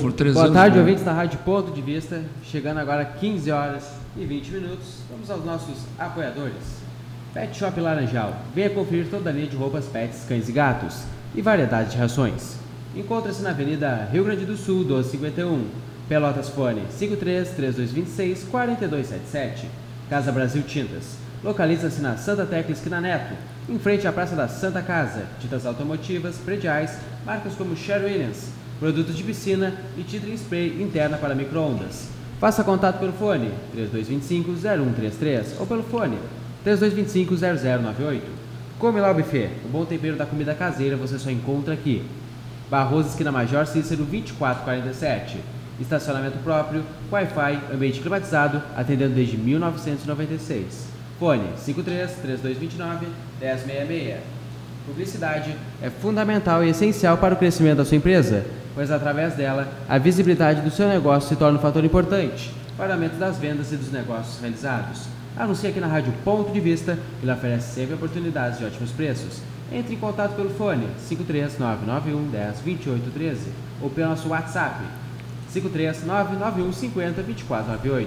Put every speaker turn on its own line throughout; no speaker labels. Por três
Boa
anos,
tarde,
né?
ouvintes da Rádio Ponto de Vista. Chegando agora 15 horas e 20 minutos, vamos aos nossos apoiadores. Pet Shop Laranjal. Venha conferir toda a linha de roupas pets, cães e gatos e variedade de rações. Encontra-se na Avenida Rio Grande do Sul, 1251. Pelotas Fone 53-3226-4277. Casa Brasil Tintas. Localiza-se na Santa Tecla Esquina Neto, em frente à Praça da Santa Casa. Tintas automotivas, prediais, marcas como Sher Williams, produtos de piscina e Tidrin Spray interna para microondas. Faça contato pelo fone 3225-0133 ou pelo fone 3225-0098. Come lá o buffet, o bom tempero da comida caseira você só encontra aqui. Barroso Esquina Major Cícero 2447. Estacionamento próprio, Wi-Fi, ambiente climatizado, atendendo desde 1996. Fone 53-3229-1066. Publicidade é fundamental e essencial para o crescimento da sua empresa, pois através dela, a visibilidade do seu negócio se torna um fator importante para o aumento das vendas e dos negócios realizados. Anuncie aqui na Rádio Ponto de Vista, que lhe oferece sempre oportunidades de ótimos preços. Entre em contato pelo fone 53991 10 28 13 ou pelo nosso WhatsApp 53991502498.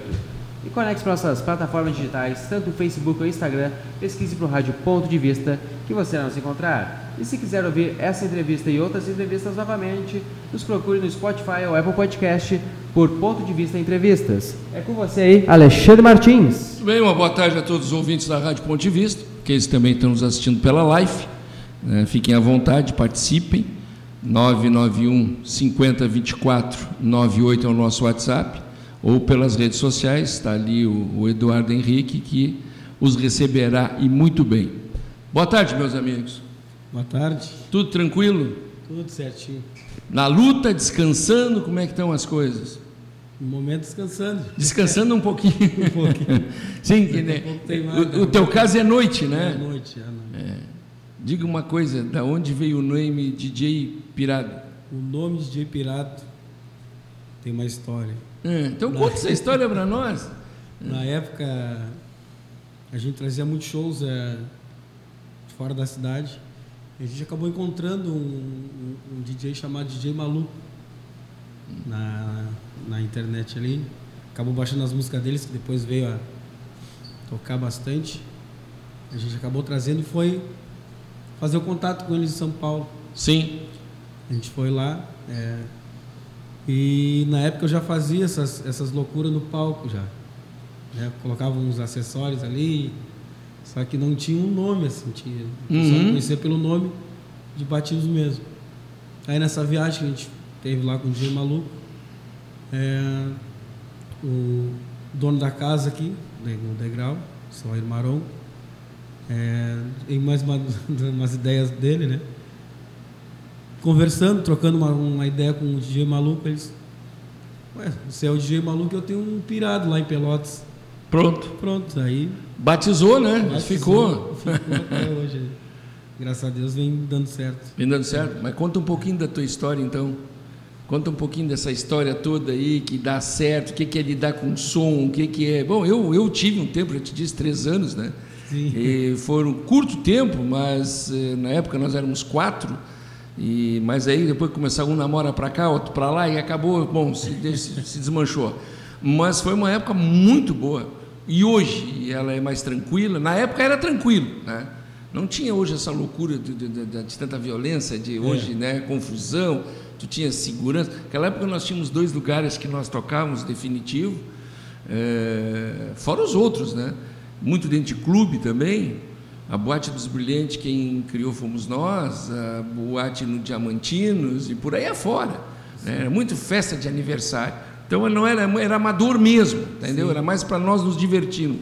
E conecte para nossas plataformas digitais, tanto o Facebook ou o Instagram, pesquise para o Rádio Ponto de Vista, que você irá nos encontrar. E se quiser ouvir essa entrevista e outras entrevistas novamente, nos procure no Spotify ou Apple Podcast por Ponto de Vista Entrevistas. É com você aí, Alexandre Martins.
Muito bem, uma boa tarde a todos os ouvintes da Rádio Ponto de Vista, que eles também estão nos assistindo pela live. né? Fiquem à vontade, participem. 991 50 24 98 é o nosso WhatsApp, ou pelas redes sociais, está ali o, o Eduardo Henrique, que os receberá e muito bem. Boa tarde, meus amigos.
Boa tarde,
Tudo tranquilo?
tudo certinho.
Na luta, descansando, como é que estão as coisas?
No momento descansando.
Descansando um pouquinho.
Um pouquinho.
Sim, que, né?
pouco tem mais, né?
o, o teu caso é noite, né?
Boa noite, Ana.
Diga uma coisa, da onde veio o nome DJ Pirada?
O nome de DJ Pirata tem uma história.
É, então conta essa história para nós.
Na época, a gente trazia muitos shows eh, de fora da cidade. E a gente acabou encontrando um, um- um DJ chamado DJ Malu na, na internet ali. Acabou baixando as músicas deles, que depois veio a tocar bastante. A gente acabou trazendo e foi fazer o contato com eles em São Paulo.
Sim.
A gente foi lá. é, e na época eu já fazia essas, essas loucuras no palco já. né? Colocava uns acessórios ali, só que não tinha um nome, assim, tinha. Só
Uhum.
conhecia pelo nome de batismo mesmo. Aí nessa viagem que a gente teve lá com o DJ Maluco, é, o dono da casa aqui, né, no degrau, seu Irmarão, é, em mais uma, umas ideias dele, né? conversando, trocando uma, uma ideia com o DJ maluco, eles. Ué, você é o DJ maluco, eu tenho um pirado lá em Pelotas.
Pronto.
Pronto, aí.
Batizou, né?
batizou,
Ficou.
Ficou até hoje. Graças a Deus vem dando certo.
Vem dando certo? Mas conta um pouquinho da tua história, então. Conta um pouquinho dessa história toda aí, que dá certo, o que, que é lidar com som, o que, que é. Bom, eu, eu tive um tempo, já te disse, três anos, né?
Sim.
E foram um curto tempo, mas eh, na época nós éramos quatro. E, mas aí depois começar um namora para cá, outro para lá e acabou, bom, se, de- se- se desmanchou. Mas foi uma época muito boa. E hoje ela é mais tranquila. Na época era tranquilo, né? Não tinha hoje essa loucura de, de- de- de tanta violência, de hoje, né? Confusão. Tu tinha segurança. Naquela época nós tínhamos dois lugares que nós tocávamos definitivo. É, fora os outros, né? Muito dentro de clube também. A Boate dos Brilhantes, quem criou fomos nós, a Boate no Diamantinos e por aí afora. né? Era muito festa de aniversário. Então não era, era amador mesmo, entendeu? Era mais para nós nos divertirmos.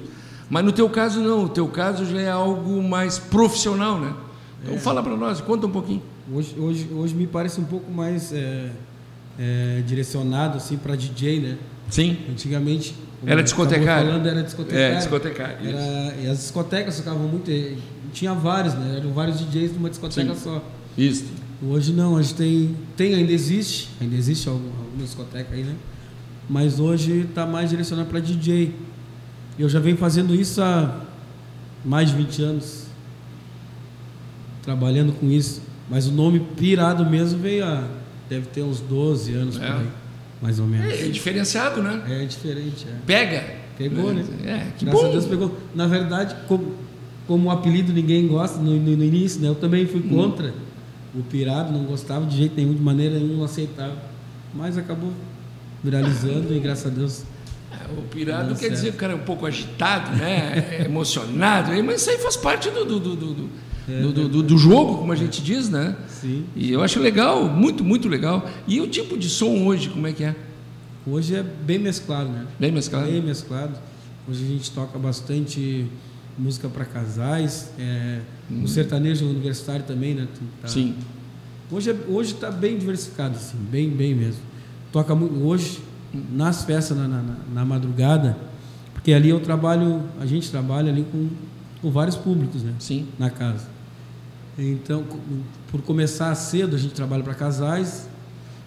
Mas no teu caso não, o teu caso já é algo mais profissional, né? Então
É.
fala para nós, conta um pouquinho.
Hoje, hoje, hoje me parece um pouco mais é, é, direcionado assim, para DJ, né?
Sim.
Antigamente. como
Era
eu acabou
discotecário.
Falando, era discotecário.
É, discotecário, isso.
Era- e as discotecas tocavam muito. e- Tinha vários, né? Eram vários DJs numa discoteca
Sim.
só.
Isso.
Hoje não, hoje tem, tem ainda existe, ainda existe algum- alguma discoteca aí, né? Mas hoje está mais direcionado para DJ. Eu já venho fazendo isso há mais de 20 anos, trabalhando com isso. Mas o nome pirado mesmo veio há, deve ter uns 12 anos por
É.
aí. mais ou menos.
É, é diferenciado, né?
É diferente, é.
Pega.
Pegou, né?
É, que
Graças
bom.
a Deus pegou. Na verdade, como, como o apelido ninguém gosta no, no- no início, né? Eu também fui
Uhum.
contra o pirado, não gostava de jeito nenhum, de maneira nenhuma, não aceitava. Mas acabou viralizando e graças a Deus.
É, O pirado
Deu
quer dizer
certo.
que o cara é um pouco agitado, né? É emocionado, é, mas isso aí faz parte do, do, do, do, do- do- do- do- do jogo, como a gente diz, né?
Sim.
E eu acho legal, muito, muito legal. E o tipo de som hoje, como é que é?
Hoje é bem mesclado, né?
Bem mesclado?
Bem mesclado. Hoje a gente toca bastante música para casais, é, o sertanejo universitário também, né? Tu
Uhum.
tá-
Sim.
Hoje é- hoje está bem diversificado, assim, bem, bem mesmo. Toca muito hoje nas festas na, na- na- na madrugada, porque ali eu trabalho, a gente trabalha ali com, com vários públicos, né?
Sim.
Na casa. Então, co- por começar cedo, a gente trabalha para casais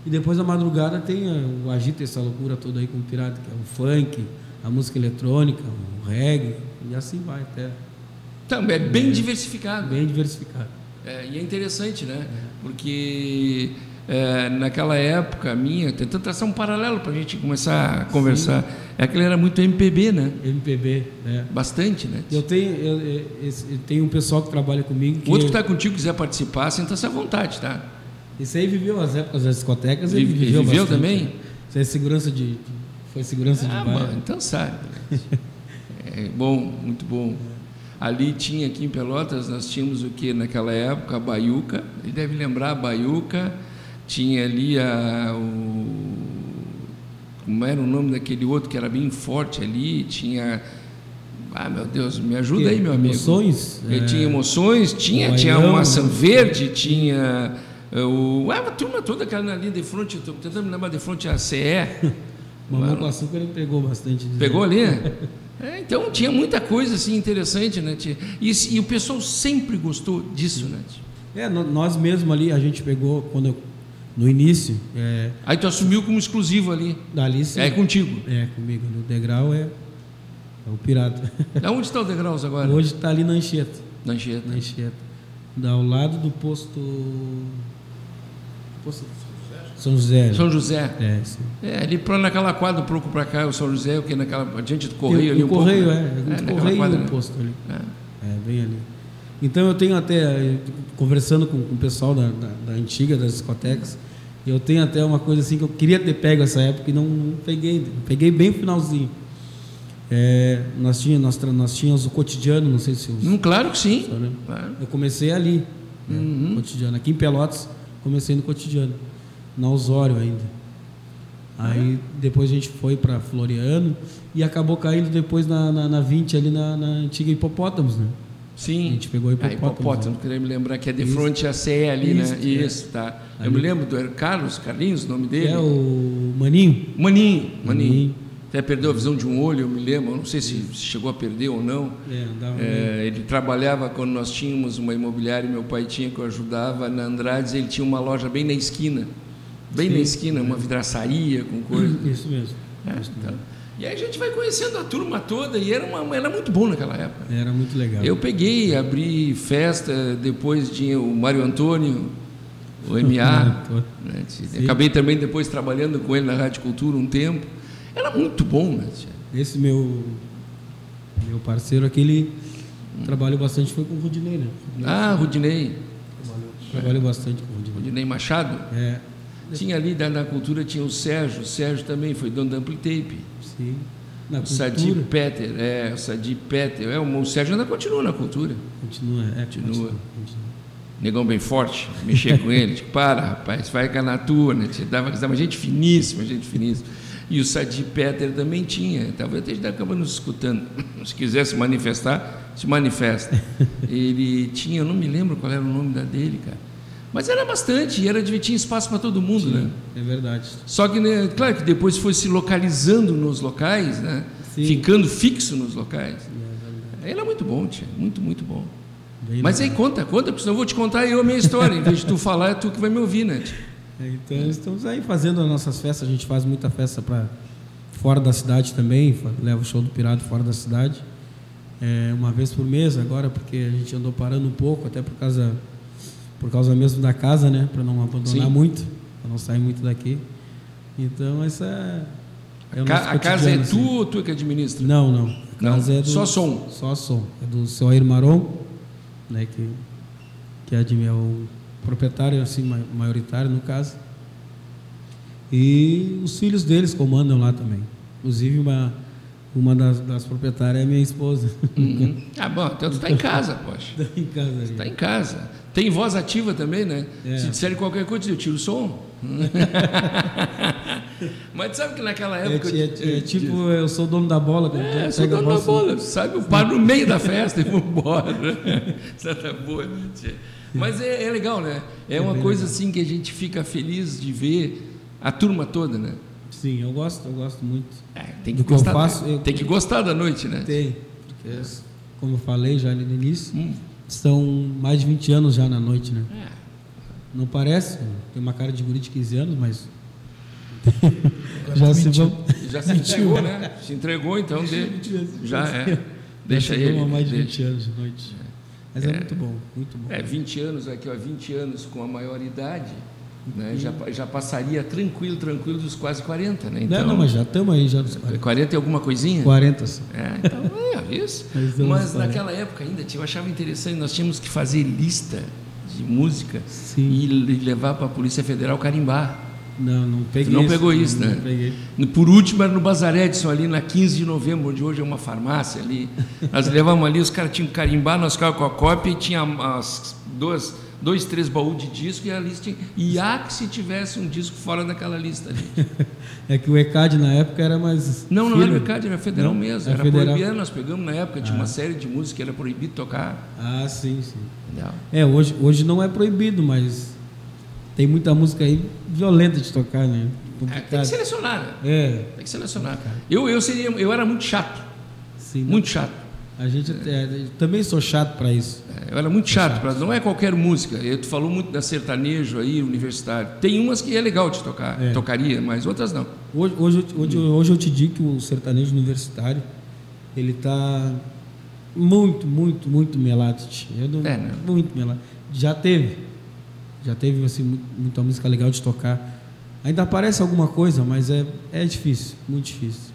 e depois na madrugada tem a- o agito essa loucura toda aí com o pirata, que é o funk, a música eletrônica, o reggae e assim vai até
Então, é bem diversificado.
bem diversificado.
É, e é interessante, né? Porque é, naquela época minha, tentando traçar um paralelo para a gente começar a conversar, é que ele era muito MPB, né?
MPB, né?
Bastante, né?
Eu tenho, eu, eu- esse- eu tenho um pessoal que trabalha comigo.
O
Que
outro que tá- está contigo quiser participar, senta-se à vontade, tá?
Esse aí viveu as épocas das discotecas. Ele
Vive-
viveu,
viveu
bastante,
também?
né? Isso é segurança de. Foi segurança
Ah,
de bar.
mano, então sabe. É bom, muito bom. Ali tinha, aqui em Pelotas, nós tínhamos o que naquela época? A Baiuca. Ele deve lembrar a Baiuca. Tinha ali a, o... Como era o nome daquele outro que era bem forte ali? Tinha... Ah, meu Deus, me ajuda aí, meu amigo.
Emoções?
Eh, Tinha emoções, tinha,
o
tinha
Bailão,
uma maçã
né?
verde, tinha eh, o. Ah, a turma toda que era ali de frente, estou tentando me lembrar de frente à CE.
Mamão com açúcar ele pegou bastante. disso.
Pegou ali? É, então tinha muita coisa assim interessante, né? tia? E, e o pessoal sempre gostou disso, né? tia?
É, no- nós mesmo ali, a gente pegou quando eu- no início. É,
Aí tu assumiu como exclusivo ali.
dali sim.
É contigo.
É, comigo. No degrau é, é o pirata.
Da onde está o degraus agora?
Hoje tá ali na Anchieta.
Na Anchieta.
Na Anchieta. Dá ao lado do posto. Posto São José.
São José.
É, isso.
É, ali pra, naquela quadra, um pouco para cá, o São José, o que naquela adiante do correio
E o-
ali
e o
um
correio,
pouco.
é.
né?
O
naquela
correio
quadra,
e
né?
o posto ali.
É.
É, bem ali. Então eu tenho até, eh, conversando com, com o pessoal da, da, da antiga, das discotecas, eu tenho até uma coisa assim que eu queria ter pego essa época e não, não peguei. Peguei bem o finalzinho. É, nós, tinha, nós, tra- nós tínhamos o cotidiano, não sei se os,
Hum, claro que sim.
Só, né?
Claro.
eu comecei ali, né,
Uhum.
no cotidiano. Aqui em Pelotas, comecei no cotidiano, na Osório ainda. Aí depois a gente foi para Floriano e acabou caindo depois na, na, na 20, ali na, na antiga Hipopótamos, né?
Sim.
A gente pegou o né?
Ah,
hipopótamo,
hipopótamo, queria me lembrar que é de frente à CE ali,
Isso,
né?
é.
Isso, tá. Eu me lembro do era Carlos, Carlinhos, o nome
Que
dele.
é o Maninho.
Maninho, Maninho.
Maninho.
Até perdeu a visão de um olho, eu me lembro, eu não sei se chegou a perder ou não.
É, andava
É, ele trabalhava quando nós tínhamos uma imobiliária, meu pai tinha que eu ajudava na Andrades, ele tinha uma loja bem na esquina. Bem na esquina,
é.
uma vidraçaria com coisa.
Isso mesmo.
É, então. E aí a gente vai conhecendo a turma toda e era, uma, era muito bom naquela época.
Era muito legal.
Eu peguei, abri festa, depois tinha o Mário Antônio, o MA.
Antônio.
né, tia? Acabei também depois trabalhando com ele na Rádio Cultura um tempo. Era muito bom, né? tia?
Esse meu, meu parceiro aqui, ele
Hum.
trabalhou bastante, foi com o Rudinei, né?
Ah, Rudinei,
Trabalhou bastante com o Rudinei.
Rudinei Machado.
É,
Tinha ali da, da cultura, tinha o Sérgio, o Sérgio também foi dono da Amplitape.
sim. Na
O Sadi
cultura.
Peter, é, o Sadi Peter, é, o Sérgio ainda continua na cultura.
Continua, é,
Continua.
continua.
Negão bem forte, mexer com ele, tipo, para rapaz, vai cá na tua, né? Tinha- Dava, dava gente finíssima, gente finíssima. um E o Sadi Peter também tinha, talvez esteja acabando nos escutando. Se quiser se manifestar, se manifesta. Ele tinha, eu não me lembro qual era o nome da dele, cara. Mas era bastante, e era de- tinha espaço para todo mundo, né?
É verdade.
Só que, né, claro que depois foi se localizando nos locais, né?
Sim.
Ficando fixo nos locais.
É verdade.
Ele é muito bom, tia, muito, muito bom.
Bem
Mas aí
legal.
conta, conta, porque senão eu vou te contar eu a minha história. Em vez de tu falar, é tu que vai me ouvir, né? tia?
É, Então estamos aí fazendo as nossas festas, a gente faz muita festa para fora da cidade também, fa- leva o show do Pirado fora da cidade. É, uma vez por mês agora, porque a gente andou parando um pouco, até por causa por causa mesmo da casa, né, para não abandonar
Sim.
muito, para não sair muito daqui. Então, essa é o
Ca-
nosso
a casa é
cotidiano, assim.
tua ou tu é que administra?
Não, não. A
Não,
casa é do-
só som.
Só som. É do seu Air Maron, né, que, que é admi- é o proprietário assim, ma- maioritário, no caso. E os filhos deles comandam lá também. Inclusive, uma, uma das, das proprietárias é minha esposa.
Uhum. Ah, bom, então tu está em casa, poxa.
Tá em casa ali.
Está em casa. Tem voz ativa também, né?
É.
Se disserem qualquer coisa, eu tiro o som. Mas sabe que naquela
É,
época.
ti- é, ti- é tipo, eu sou dono da bola. quando
É,
pega
só
a
dando uma
bola, assim.
bola, sabe? Eu paro no meio da festa e vou embora. Isso tá boa. Mas é, é legal, né? É, uma
bem
coisa assim que a gente fica feliz de ver a turma toda, né?
Sim, eu gosto, eu gosto muito.
É, tem que
Do que eu
gostar.
faço, eu-
Tem que gostar da noite, né?
Tem, porque, é, como eu falei já ali no início,
Hum.
são mais de 20 anos já na noite, né?
É.
Não parece, tem uma cara de guri de 15 anos, mas. já se vão.
Já se entregou, né? Se entregou, então de... já é. Deixa
já se vão
ele.
há mais de
deixa.
20 anos de noite. Mas é, muito bom, muito bom.
É, 20 anos aqui, ó, 20 anos com a maioridade,
Uhum.
né? Já, pa- já passaria tranquilo, tranquilo dos quase 40, né? Então,
não, não, mas já estamos aí, já nos assim. 40.
40 e alguma coisinha?
40 só.
É, então é isso.
Mas
Mas,
não nos parece.
naquela época ainda, tio, eu achava interessante, nós tínhamos que fazer lista de música
Sim.
e le- levar para a Polícia Federal carimbar.
Não, não peguei.
não pegou isso,
não,
né?
Não peguei.
Por último, era no Bazar Edson, ali na 15 de novembro, onde hoje é uma farmácia ali. Nós levamos ali, os caras tinham que carimbar, nós ficávamos com a cópia e tinha as duas, dois, três baús de disco e a lista. tinha- E há que se tivesse um disco fora daquela lista ali.
É que o ECAD na época era mais.
Não, não
firme.
era mercado, era federal
Não,
mesmo.
era
Era,
federal.
proibido. Nós pegamos na época, tinha uma série de músicas que era proibido tocar.
Ah, sim, sim.
Não.
É, hoje, hoje não é proibido, mas tem muita música aí violenta de tocar, né?
É, tem que
Complicado.
selecionar, né?
É,
Tem que selecionar. Eu, eu, seria, eu era muito chato,
sim.
muito chato.
A gente até- eu também sou chato pra isso.
É, Eu era muito chato, pra- não é qualquer música. Eu, tu falou muito da sertanejo aí, universitário. Tem umas que é legal de tocar,
É.
tocaria, mas outras não.
Hoje, hoje, eu te- hoje, eu- hoje eu te digo que o sertanejo universitário, ele tá muito, muito, muito melado. tch. Eu não-
É, né?
Muito melado. Já teve. Já teve, assim, mu- muita música legal de tocar. Ainda aparece alguma coisa, mas é, é difícil, muito difícil.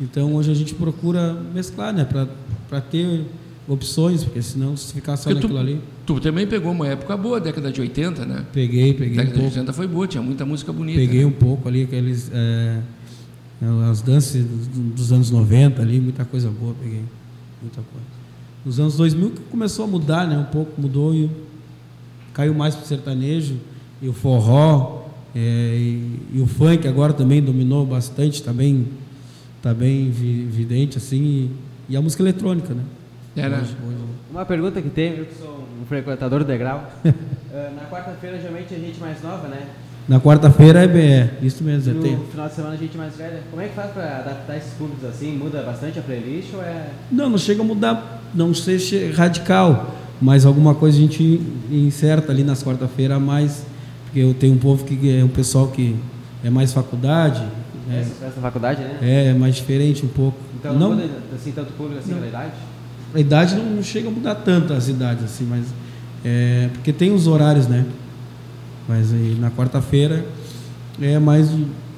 Então hoje a gente procura mesclar, né? Pra, pra ter opções, porque senão se ficar só
Porque
naquilo ali.
Tu também pegou uma época boa, década de 80, né?
Peguei, peguei um
década de
pouco.
80 foi boa, tinha muita música bonita. né?
Peguei um pouco ali aqueles. é, as danças do- dos anos 90 ali, muita coisa boa, peguei. Muita coisa. Nos anos 2000 que começou a mudar, né? Um pouco mudou e caiu mais pro sertanejo e o forró é, e, e o funk agora também dominou bastante, tá bem, tá bem vi- vidente assim. E, e a música eletrônica, né?
Era.
Hoje- hoje-
Uma pergunta que tem, eu que sou um frequentador do degrau. Ah, na quarta-feira, geralmente, a gente mais nova, né?
Na quarta-feira é BE, isso mesmo, é tem.
No final de semana, a gente mais velha. Como é que faz pra adaptar esses públicos assim? Muda bastante a playlist ou é...
Não, não chega a mudar, não sei se é radical, mas alguma coisa a gente inserta ali nas quarta-feira a mais, porque eu tenho um povo que é um pessoal que é mais faculdade, é,
Essa, essa faculdade, né?
é, é mais diferente um pouco.
Então não, muda assim tanto público assim pela idade?
a idade não, não chega a mudar tanto as idades assim, mas é, porque tem os horários, né? Mas aí na quarta-feira é mais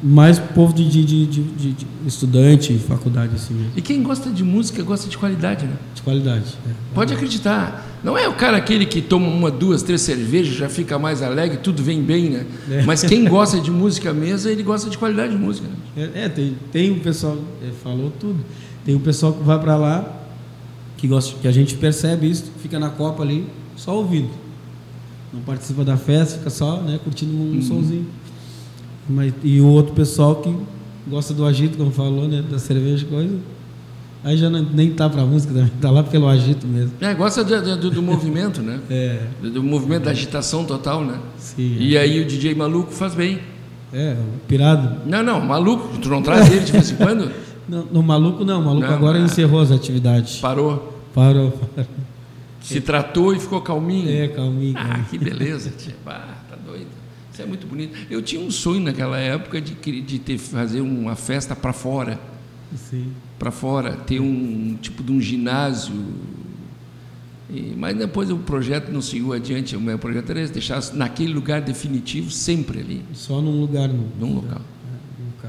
mais povo de, de, de, de- de- de estudante, faculdade assim mesmo,
E quem gosta de música gosta de qualidade, né?
de qualidade. né?
Pode acreditar. Não é o cara aquele que toma uma, duas, três cervejas, já fica mais alegre, tudo vem bem, né?
É.
Mas quem gosta de música mesmo, ele gosta de qualidade de música. né?
É, é, tem, tem um pessoal, é, falou tudo. Tem um pessoal que vai pra lá, que gosta, que a gente percebe isso, fica na copa ali, só ouvindo. Não participa da festa, fica só, né, curtindo
Uhum.
um somzinho. Mas, e o outro pessoal que gosta do agito, como falou, né, da cerveja e coisa. Aí já não- nem tá pra música também, tá lá pelo agito mesmo.
É, gosta do, do- do movimento, né?
É,
Do, do movimento da agitação total, né?
sim.
E aí o DJ maluco faz bem.
É, o pirado.
Não, não, maluco, tu não traz ele de vez em quando?
Não, no maluco não, o maluco
Não, é.
agora
mas-
encerrou as atividades.
Parou,
Parou, parou.
se tratou e ficou calminho.
É, calminho,
Ah,
calminho.
que beleza, tia. Bah, tá doido. Isso é muito bonito. Eu tinha um sonho naquela época de, cri- de ter, fazer uma festa para fora.
Sim.
para fora, ter um tipo de um ginásio. E- mas depois o projeto não seguiu adiante. O meu projeto era esse, deixar naquele lugar definitivo, sempre ali,
Só num lugar, não.
num local.
É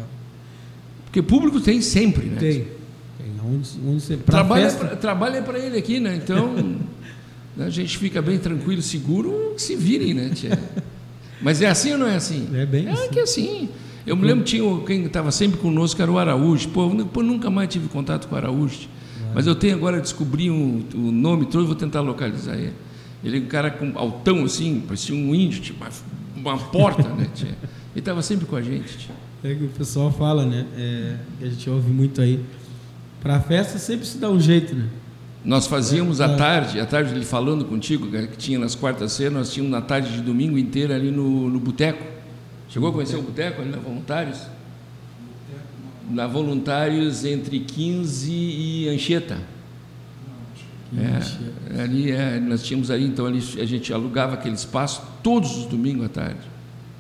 Porque público tem sempre, né?
Tem. Tem. Onde, onde você, pra
Trabalho é
festa,
pra- Trabalho é para ele aqui, né? Então, a gente fica bem tranquilo, seguro, que se virem, né, tia? Mas é assim ou não é assim?
É bem
É
assim.
que é assim. Eu me lembro tinha o- quem estava sempre conosco era o Araújo. Pô, eu nu- pô, nunca mais tive contato com o Araújo. Mas eu tenho agora descobri um- o nome todo, vou tentar localizar ele. Ele é um cara com altão assim, parecia um índio, tipo uma, uma porta, né, tia? Ele estava sempre com a gente, tia.
É que o pessoal fala, né? É, que a gente ouve muito aí. Pra festa sempre se dá um jeito, né?
Nós fazíamos à
É.
tarde, à tarde ele falando contigo, cara, que tinha nas quartas-feiras, nós tínhamos na tarde de domingo inteira ali no, no boteco. Chegou a conhecer o boteco ali na Voluntários? Na Voluntários entre 15 e Anchieta.
Ixi,
É, ali é, nós tínhamos ali, então ali a gente alugava aquele espaço todos os domingos à tarde.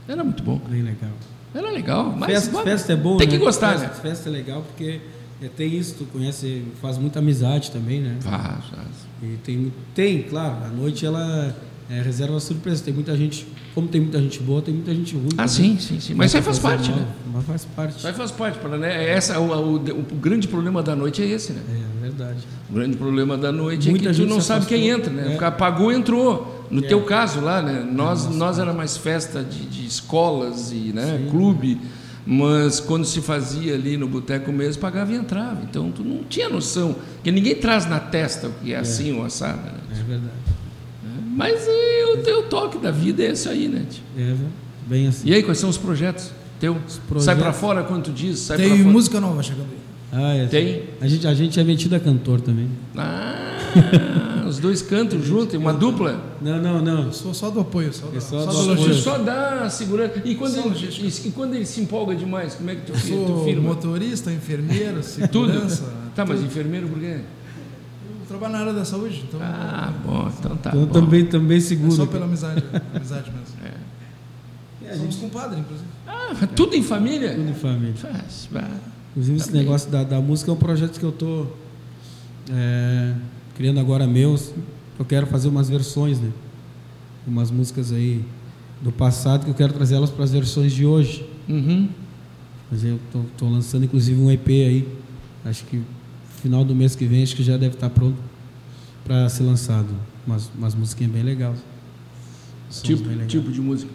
Era muito bom.
é bem legal.
Era legal. Mas
festa,
bom,
festa é bom,
Tem
né?
que gostar,
festa,
né?
Festa é legal porque é, tem isso, tu conhece, faz muita amizade também, né?
Faz, faz.
E tem, tem, claro, a noite ela é, reserva uma surpresa. Tem muita gente, como tem muita gente boa, tem muita gente ruim.
Ah,
também.
sim, sim, sim. Mas isso aí faz
Fazer
parte,
mal,
né?
Mas faz parte.
Isso aí faz parte, para, né? Essa, o, o, o grande problema da noite é esse, né?
É verdade.
O grande problema da noite
Muita
é que tu
gente
não
se
sabe quem
afastou.
entra, né?
É.
O cara pagou, entrou. No
É.
teu caso lá, né? Nós, nós era mais festa de, de escolas e né?
Sim.
clube, mas quando se fazia ali no boteco mesmo, pagava e entrava. Então tu não tinha noção, porque ninguém traz na testa o que é, assim ou assado, né?
É verdade.
Mas é, o teu toque da vida é esse aí, né? tio?
É ver- bem assim.
E aí, quais são os projetos? Teu?
projetos-
Sai pra fora quando tu diz, sai pra
Tem
fora.
música nova chegando aí.
Ah, é.
Tem?
A gente, a gente é metido a cantor também.
Ah, os dois cantam junto, uma dupla.
Não, não, não.
Sou só do apoio, só,
É
do,
só do
só, do
apoio.
Você
logístico.
só dá segurança. E quando,
Só
ele,
logística.
e- e quando ele se empolga demais, como é que tu,
Eu
tu
sou
firma?
motorista, enfermeiro,
Tudo?
segurança.
Tá, mas enfermeiro por quê?
Eu trabalho na área da saúde, então
Ah, bom, então tá.
então
bom.
também, também
é
seguro.
só pela amizade, amizade mesmo.
É, a
Somos
gente
compadre, inclusive.
Ah, tudo em família?
tudo em família.
Faz, vá.
Inclusive, esse
Também.
negócio da, da música é um projeto que eu tô é, criando agora meus. Eu quero fazer umas versões, né? Umas músicas aí do passado que eu quero trazer elas para as versões de hoje.
Uhum.
Mas eu tô, tô lançando inclusive um EP aí. Acho que final do mês que vem acho que já deve estar pronto para ser lançado. Umas, umas musiquinhas bem legais. Sons bem
Tipo,
legais.
tipo de música.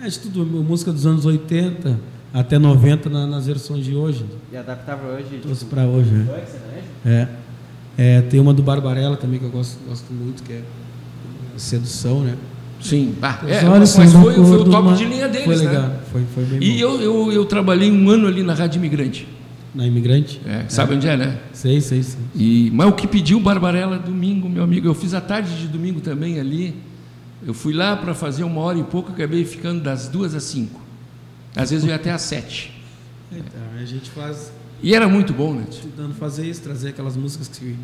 É, de tudo, música dos anos 80 até 90 na- nas versões de hoje.
E adaptar pra hoje.
Trouxe
tipo,
para hoje, né?
funk, sertanejo?
É. É, Tem uma do Barbarella também que eu gosto, gosto muito, que é Sedução, né?
Sim. Ah,
Os
é,
olhos
mas foi,
são da
foi
cor
o
do
top
mar.
de linha deles,
Foi legal,
né?
foi, foi bem
E
bom.
eu, eu, eu trabalhei um ano ali na Rádio Imigrante.
Na Imigrante?
É, sabe onde é, né?
Sei, sei, sei.
E, mas o que pediu Barbarella domingo, meu amigo, eu fiz a tarde de domingo também ali. Eu fui lá para fazer uma hora e pouco, acabei ficando das duas às cinco. Às vezes eu ia até às sete.
Então, a gente faz
E era muito bom, né? tio?
tentando fazer isso, trazer aquelas músicas que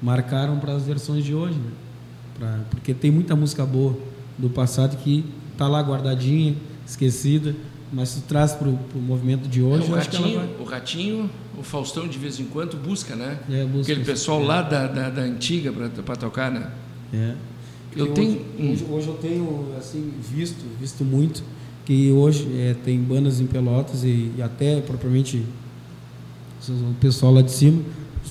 marcaram para as versões de hoje, né? Pra- porque tem muita música boa do passado que tá lá guardadinha, esquecida, mas se tu traz pro, pro movimento de hoje,
o,
eu acho que ela vai.
ratinho, o Ratinho, o Faustão de vez em quando busca, né?
É, busca
Aquele
isso.
pessoal lá da, da, da antiga para tocar, né?
É.
Eu
Porque
tenho
hoje,
um-
hoje, hoje eu tenho assim visto, visto muito que hoje é, tem bandas em Pelotas e, e até propriamente o pessoal lá de cima,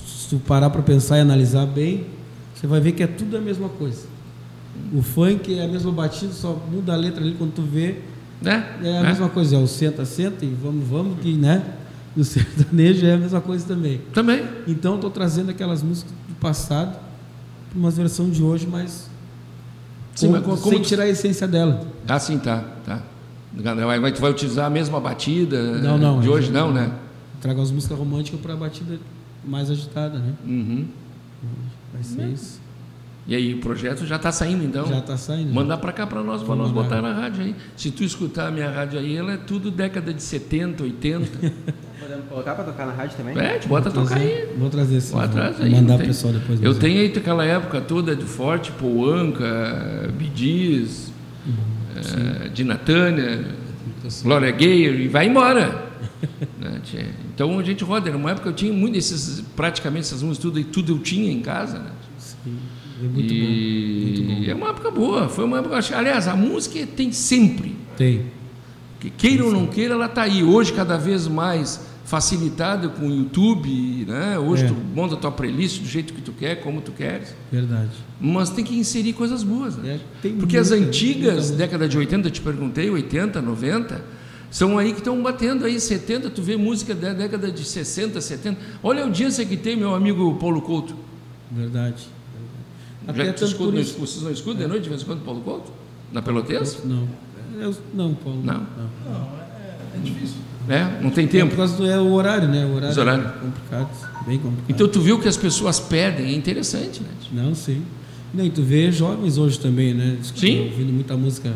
se tu parar para pensar e analisar bem, você vai ver que é tudo a mesma coisa. O funk é a mesma batida, só muda a letra ali quando tu vê,
Né?
é a
Né?
mesma coisa, é o senta, senta e vamos, vamos que, né? O sertanejo é a mesma coisa também.
Também.
Então estou trazendo aquelas músicas do passado para umas versões de hoje, mas
Sim,
com-
mas como-
sem
como-
tirar a essência dela.
Ah, sim, tá, tá. Mas tu vai utilizar a mesma batida
Não, não,
de
é-
hoje, não, né?
Trago as músicas românticas para a batida mais agitada, né?
Uhum.
Vai ser isso.
E aí, o projeto já está saindo, então?
Já tá saindo.
Mandar para cá para nós, para
Vamos
nós
mandar.
botar na rádio aí. Se tu escutar a minha rádio aí, ela é tudo década de 70, 80.
Podemos colocar pra tocar na rádio também?
é, te bota
Vou
tocar aí.
trazer- Vou trazer sim.
Lá atrás
Vou
aí.
mandar
não
pro
tem.
pessoal depois.
Eu
mesmo.
tenho aí aquela época toda de Forte, Poanca, Bidiz,
Uhum.
eh, de Natânia, Glória Gayer, e vai embora. Né, tchê? Então a gente roda. Era uma época que eu tinha muito esses, praticamente essas músicas, tudo, e tudo eu tinha em casa. Né?
Sim, é muito
e
bom. Muito
é uma época boa. Foi uma época. Aliás, a música tem sempre.
bom. Tem.
tá Que queira ou não queira, ela está aí. Hoje, cada vez mais, facilitada com o YouTube, né? Hoje
É.
tu monta a tua playlist do jeito que tu quer, como tu queres,
Verdade.
mas tem que inserir coisas boas, né?
É, tem
Porque as
muita,
antigas,
muita-
década de 80, eu te perguntei, 80, 90, são aí que estão batendo aí 70, tu vê música da década de 60, 70. Olha a audiência que tem meu amigo Paulo Couto.
Verdade.
Já
Até
que tu
tanto
escuta,
por
não,
isso- É.
vocês não escutam de noite de vez em quando Paulo Couto? Na Pelotense?
Não. Eu, não, Paulo.
Não.
Não, é, é difícil.
É, não tem
É
tempo.
por causa do é o horário, né? O horário,
Os horários.
é complicado, bem complicado.
Então tu viu que as pessoas perdem, é interessante, né?
Não, sim. Não, e tu vê jovens hoje também, né?
Sim.
Ouvindo muita música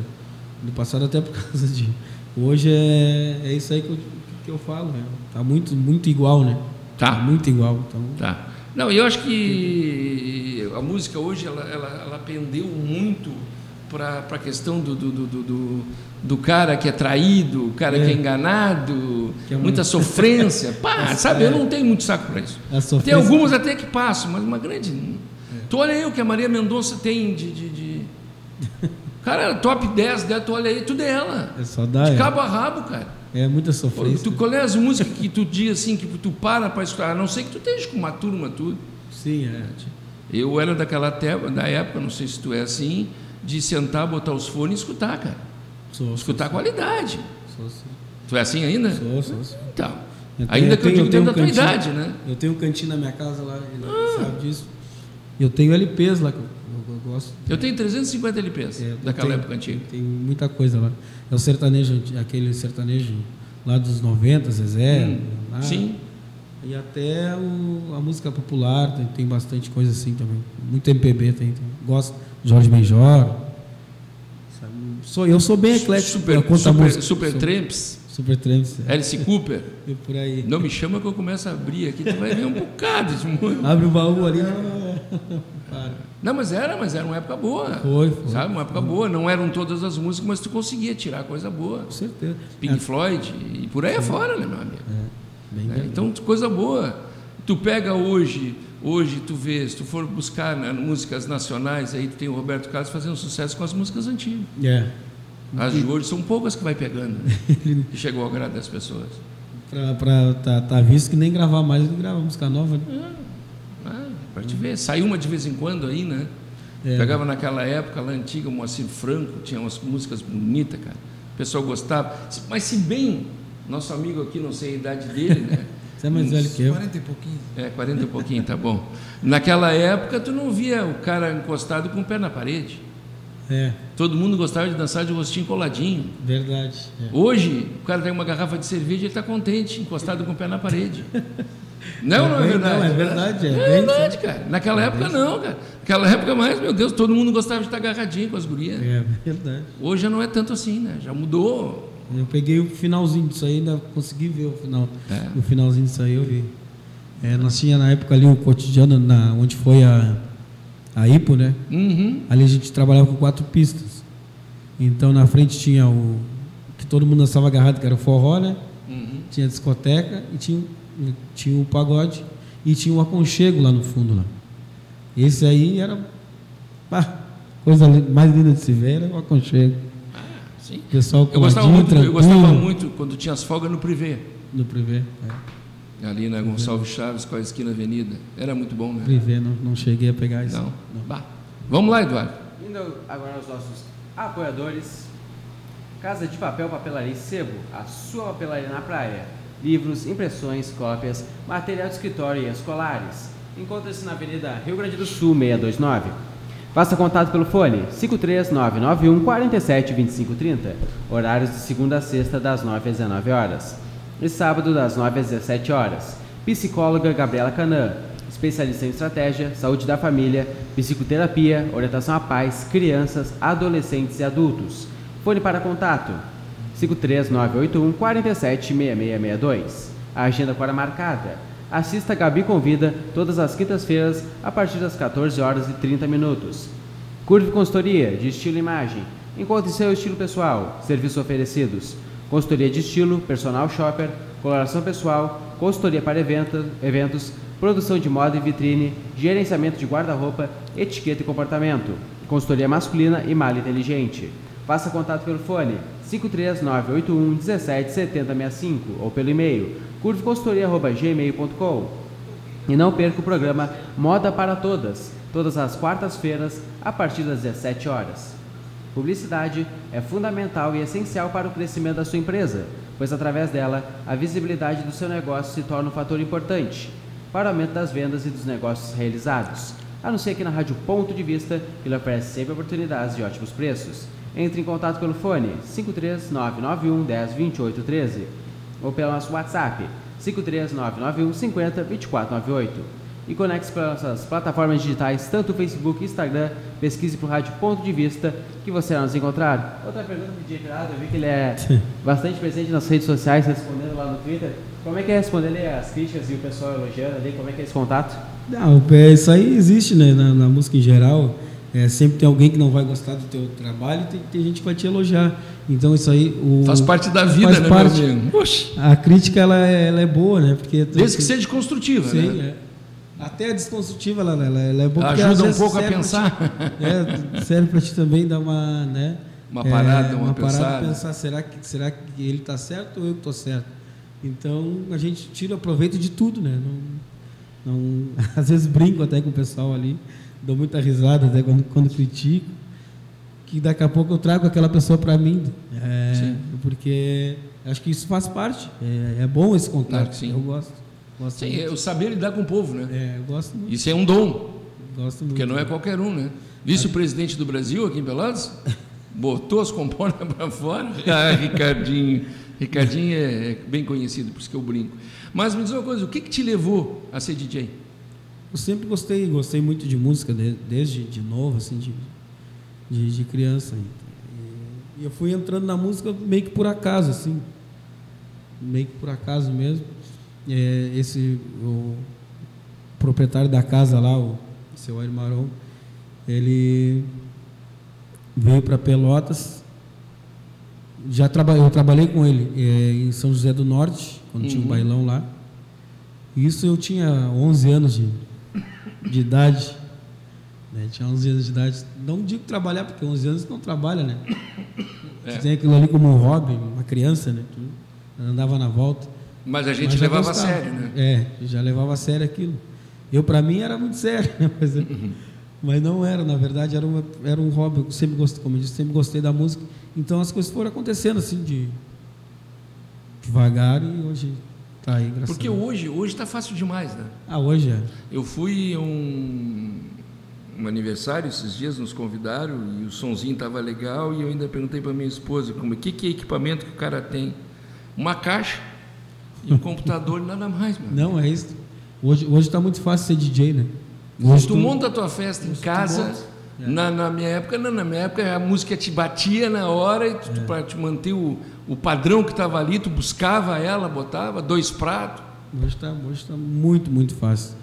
do passado até por causa de... Hoje é, é isso aí que eu, que eu falo, né? Tá muito, muito igual, né?
Tá.
muito igual. Então,
Tá. Não, eu acho que a música hoje ela, ela, ela pendeu muito para a questão do, do, do, do- do, do cara que é traído, o cara que é
É.
enganado,
Que
muita
é muito-
sofrência. Pá, sabe, eu não tenho muito saco para isso.
a
Tem
sofrência- É.
algumas até que passam, mas uma grande. Tu olha aí o que a Maria Mendonça tem de. de, de... Cara, top 10 dela, tu olha aí, tudo é ela.
É só dar...
De
é-
cabo a rabo, cara.
É muita
Pô,
sofrência.
Tu, qual é as músicas que tu diz assim, que tu para para escutar? A não ser que tu esteja com uma turma, tudo.
Sim, é.
Eu era daquela te- da época, não sei se tu é assim, de sentar, botar os fones e escutar, cara.
Sou, sou,
Escutar a qualidade.
sou, sou.
Tu é assim ainda?
Sou, sou, sou.
Então.
Eu tenho-
Ainda
eu
que eu
tenho-
digo
eu tenho
dentro da tua
um cantinho.
idade, Ah. né?
Eu tenho um cantinho na minha casa lá, ele sabe disso. Eu tenho LPs lá que eu, eu- eu gosto.
Eu tenho 350 LPs
É, eu
daquela
tenho-
época antiga.
Tem muita coisa lá. É o sertanejo, anti- aquele sertanejo lá dos 90, Zezé.
Hum,
lá.
Sim.
E até o- a música popular, tem, tem bastante coisa assim também. Muito MPB tem. tem. Gosto de Jorge Benjor. Sabe, Sou, eu sou bem eclético.
Super,
quanto à
super,
música.
super
Sou-
Tramps,
Super Tramps. é.
Alice Cooper.
E por aí.
Não me chama que eu começo a abrir aqui, tu vai ver um bocado de música.
Abre o baú ali.
Ah.
não- Para.
Não, mas era, mas era uma época boa.
Foi, foi.
Sabe, uma época boa. Não eram todas as músicas, mas tu conseguia tirar coisa boa.
Com certeza.
Pink Floyd e por aí afora, né, meu amigo?
É, bem
Né?
bem.
Então, tu- coisa boa. Tu pega hoje, hoje tu vê, se tu for buscar na- músicas nacionais, aí tu tem o Roberto Carlos fazendo sucesso com as músicas antigas.
É.
As de hoje são poucas que vai pegando, né? que chegou ao grado das pessoas.
Pra, pra tá, tá visto que nem gravar mais, ele grava música nova. né?
Ah, pra te ver, saiu uma de vez em quando aí, né?
É.
Pegava naquela época lá antiga, o Moacir Franco, tinha umas músicas bonitas, cara. O pessoal gostava. Se- Mas se bem, nosso amigo aqui, não sei a idade dele, né?
Você é mais
Uns
velho que eu.
40 e pouquinho.
É, 40 e pouquinho, tá bom. Naquela época, tu não via o cara encostado com o pé na parede.
É,
Todo mundo gostava de dançar de rostinho coladinho.
verdade. é.
Hoje, o cara tem uma garrafa de cerveja e ele está contente, encostado com o pé na parede. Não, não é
bem-
verdade.
não, é verdade, é
É
bem- É
verdade, cara. Naquela época, não, cara. Naquela época, mais, meu Deus, todo mundo gostava de estar agarradinho com as gurias.
É, verdade.
Hoje já não é tanto assim, né? Já mudou.
Eu peguei o finalzinho disso aí, ainda consegui ver o final.
É.
O finalzinho disso aí eu vi. É, nós tinha na época ali o cotidiano, na, onde foi a, a IPO, né?
Uhum.
Ali a gente trabalhava com quatro pistas. Então na frente tinha o. que todo mundo dançava agarrado, que era o forró, né?
Uhum.
Tinha a discoteca e tinha, o- tinha o pagode e tinha o aconchego lá no fundo lá. Esse aí era. pá, coisa li- mais linda de se ver era o aconchego.
Sim.
O pessoal
Eu gostava,
coladinho,
muito, eu gostava
tranquilo,
muito quando tinha as folgas no privê.
No privê. É.
Ali na Gonçalves Chaves, com a esquina avenida. Era muito bom, né?
Privê, não, não cheguei a pegar isso.
Não. Bah. Vamos lá, Eduardo.
Indo agora aos nossos apoiadores. Casa de Papel, Papelaria e Sebo, a sua papelaria na praia. Livros, impressões, cópias, material de escritório e escolares. Encontra-se na Avenida Rio Grande do Sul, 629. Faça contato pelo fone 53991 47 25 30. Horários de segunda a sexta, das 9 às 19 horas. E sábado, das 9 às 17 horas. Psicóloga Gabriela Canã. Especialista em estratégia, saúde da família, psicoterapia, orientação a pais, crianças, adolescentes e adultos. Fone para contato 53981 476662. A agenda agora marcada. Assista Gabi Convida todas as quintas-feiras a partir das 14 horas e 30 minutos. Curve Consultoria de Estilo e Imagem. Encontre seu estilo pessoal. Serviços oferecidos: consultoria de estilo, personal shopper, coloração pessoal, consultoria para eventos, eventos, produção de moda e vitrine, gerenciamento de guarda-roupa, etiqueta e comportamento, consultoria masculina e malha inteligente. Faça um contato pelo fone 53981 177065 ou pelo e-mail curveconsultoria.gmail.com. E não perca o programa Moda para Todas, todas as quartas-feiras, a partir das 17 horas. Publicidade é fundamental e essencial para o crescimento da sua empresa, pois através dela, a visibilidade do seu negócio se torna um fator importante para o aumento das vendas e dos negócios realizados. A não ser aqui na Rádio Ponto de Vista, que lhe oferece sempre oportunidades de ótimos preços. Entre em contato pelo fone 53991 10 28 13 ou pelo nosso WhatsApp 53991 50 2498 e conecte-se para nossas plataformas digitais, tanto o Facebook e Instagram. Pesquise para o Rádio Ponto de Vista que você irá nos encontrar. Outra pergunta do DJ Pirata, eu vi que ele é bastante presente nas redes sociais, respondendo lá no Twitter. Como é que é responder ali as críticas e o pessoal elogiando ali? Como é que é esse contato?
Não, é, isso aí existe né, na, na música em geral. É, sempre tem alguém que não vai gostar do teu trabalho e tem, tem gente que vai te elogiar. Então isso aí. O,
Faz parte da vida,
faz
né,
parte.
meu amigo? Poxa,
A crítica ela é, ela é boa, né? Porque tu-
desde que
tu-
seja construtiva,
Sim,
né?
é. Até a desconstrutiva ela, ela, ela é boa. porque
Ajuda
às
um
vezes
pouco a
serve pra
pensar.
ti- é, serve para ti também dar uma, né?
Uma
é,
parada, uma
parada
pensada.
pensar será que será que ele está certo ou eu que estou certo. Então a gente tira proveito de tudo, né? Não, não- às vezes brinco até com o pessoal ali, dou muita risada até quando, quando critico, que daqui a pouco eu trago aquela pessoa para mim, É, porque acho que isso faz parte. É, é bom esse
Claro
contato.
que sim.
Eu gosto. gosto
Sim,
muito.
é o saber lidar com o povo, né?
É, eu gosto muito.
Isso é um dom,
Gosto muito.
porque não é qualquer um, né? Vice-presidente do Brasil aqui em Pelotas botou as comportas para fora. Ah, Ricardinho. Ricardinho é, é bem conhecido, por isso que eu brinco. Mas me diz uma coisa, o que, que te levou a ser DJ?
Eu sempre gostei, gostei muito de música, de- desde de novo, assim, de, de, de criança. E, e eu fui entrando na música meio que por acaso, assim. Meio que por acaso mesmo. É, esse, o proprietário da casa lá, o seu Aire Maron, ele veio para Pelotas. Já traba, eu trabalhei com ele é, em São José do Norte, quando tinha um bailão lá. Isso eu tinha 11 anos de, de idade. Né? Tinha 11 anos de idade. Não digo trabalhar, porque 11 anos não trabalha, né?
É.
Tu tem aquilo ali como um hobby, uma criança, né? Tu andava na volta.
Mas a gente
Mas já
levava a
gostava.
sério, né?
É, já levava a sério aquilo. Eu, para mim, era muito sério, né? mas, mas não era, na verdade, era, uma, era um hobby. Eu sempre gostei, como eu disse, sempre gostei da música. Então as coisas foram acontecendo assim, de devagar, e hoje tá aí, graças
Porque
a Deus.
hoje hoje está fácil demais, né?
Ah, hoje é.
Eu fui a um, um aniversário esses dias, nos convidaram e o sonzinho estava legal e eu ainda perguntei para minha esposa como que que é equipamento que o cara tem, uma caixa e um computador e nada mais, mano.
Não, é isso. Hoje, hoje tá muito fácil ser DJ, né?
tu, monta a tua festa em
tu
casa.
monta.
Na, na minha época, não, na minha época a música te batia na hora e
É.
tu, para te manter o, o padrão que estava ali, tu buscava ela, botava dois pratos.
Hoje tá, hoje tá muito, muito fácil.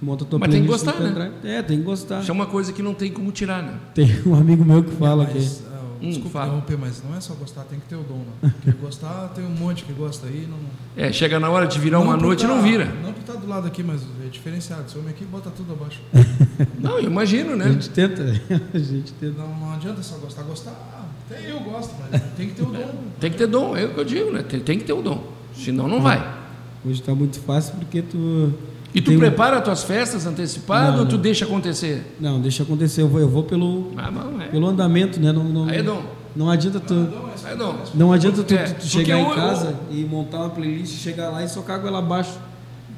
Monta a tua
Mas tem que
playlist no
gostar, né?
pendrive. É, tem que gostar.
Isso é uma coisa que não tem como tirar, né?
Tem um amigo meu que fala
Mas,
que.
ah,
Hum,
desculpa
fala.
interromper, mas não é só gostar, tem que ter o dom, não. Porque gostar, tem um monte que gosta aí. Não,
É, chega na hora de virar uma
por
noite e
tá-
não vira.
Não por estar do lado aqui, mas é diferenciado. Esse homem aqui bota tudo abaixo.
É. Não, eu imagino, né?
A gente tenta, a gente tenta.
Não, não adianta só gostar. Gostar, ah, até eu gosto, mas tem que ter o dom.
Tem que ter dom, é o que eu digo, né? Tem, tem que ter o dom. Senão
É.
não vai.
Hoje tá muito fácil porque tu.
E tu
tem um-
prepara as tuas festas antecipado
Não,
ou tu
não.
deixa acontecer?
Não, deixa acontecer. Eu vou, eu vou pelo,
Ah, não, é.
pelo andamento, né? Não, não,
Aí é dom.
não adianta tu.
Aí é dom.
Não adianta tu,
É,
tu- tu
porque
chegar
o-
em
o-
casa e montar uma playlist, chegar lá e socar ela abaixo.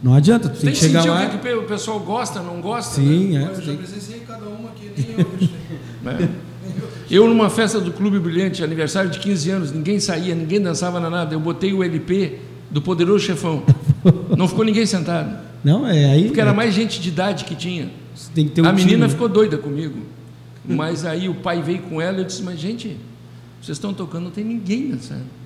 Não adianta, tu tem,
Tem que
que chegar
sentir
lá.
o que que o pessoal gosta, não gosta.
Sim, é.
Eu
tu
já
tem que-
presenciei cada uma aqui, nem eu acreditei.
né? Eu, numa festa do Clube Brilhante, aniversário de 15 anos, ninguém saía, ninguém dançava na nada. Eu botei o LP do Poderoso Chefão. Não ficou ninguém sentado.
Não, é aí.
Porque era mais gente de idade que tinha.
Tem que ter um
a menina
time, né?
ficou doida comigo. Mas aí o pai veio com ela e eu disse, mas gente, vocês estão tocando, não tem ninguém dançando.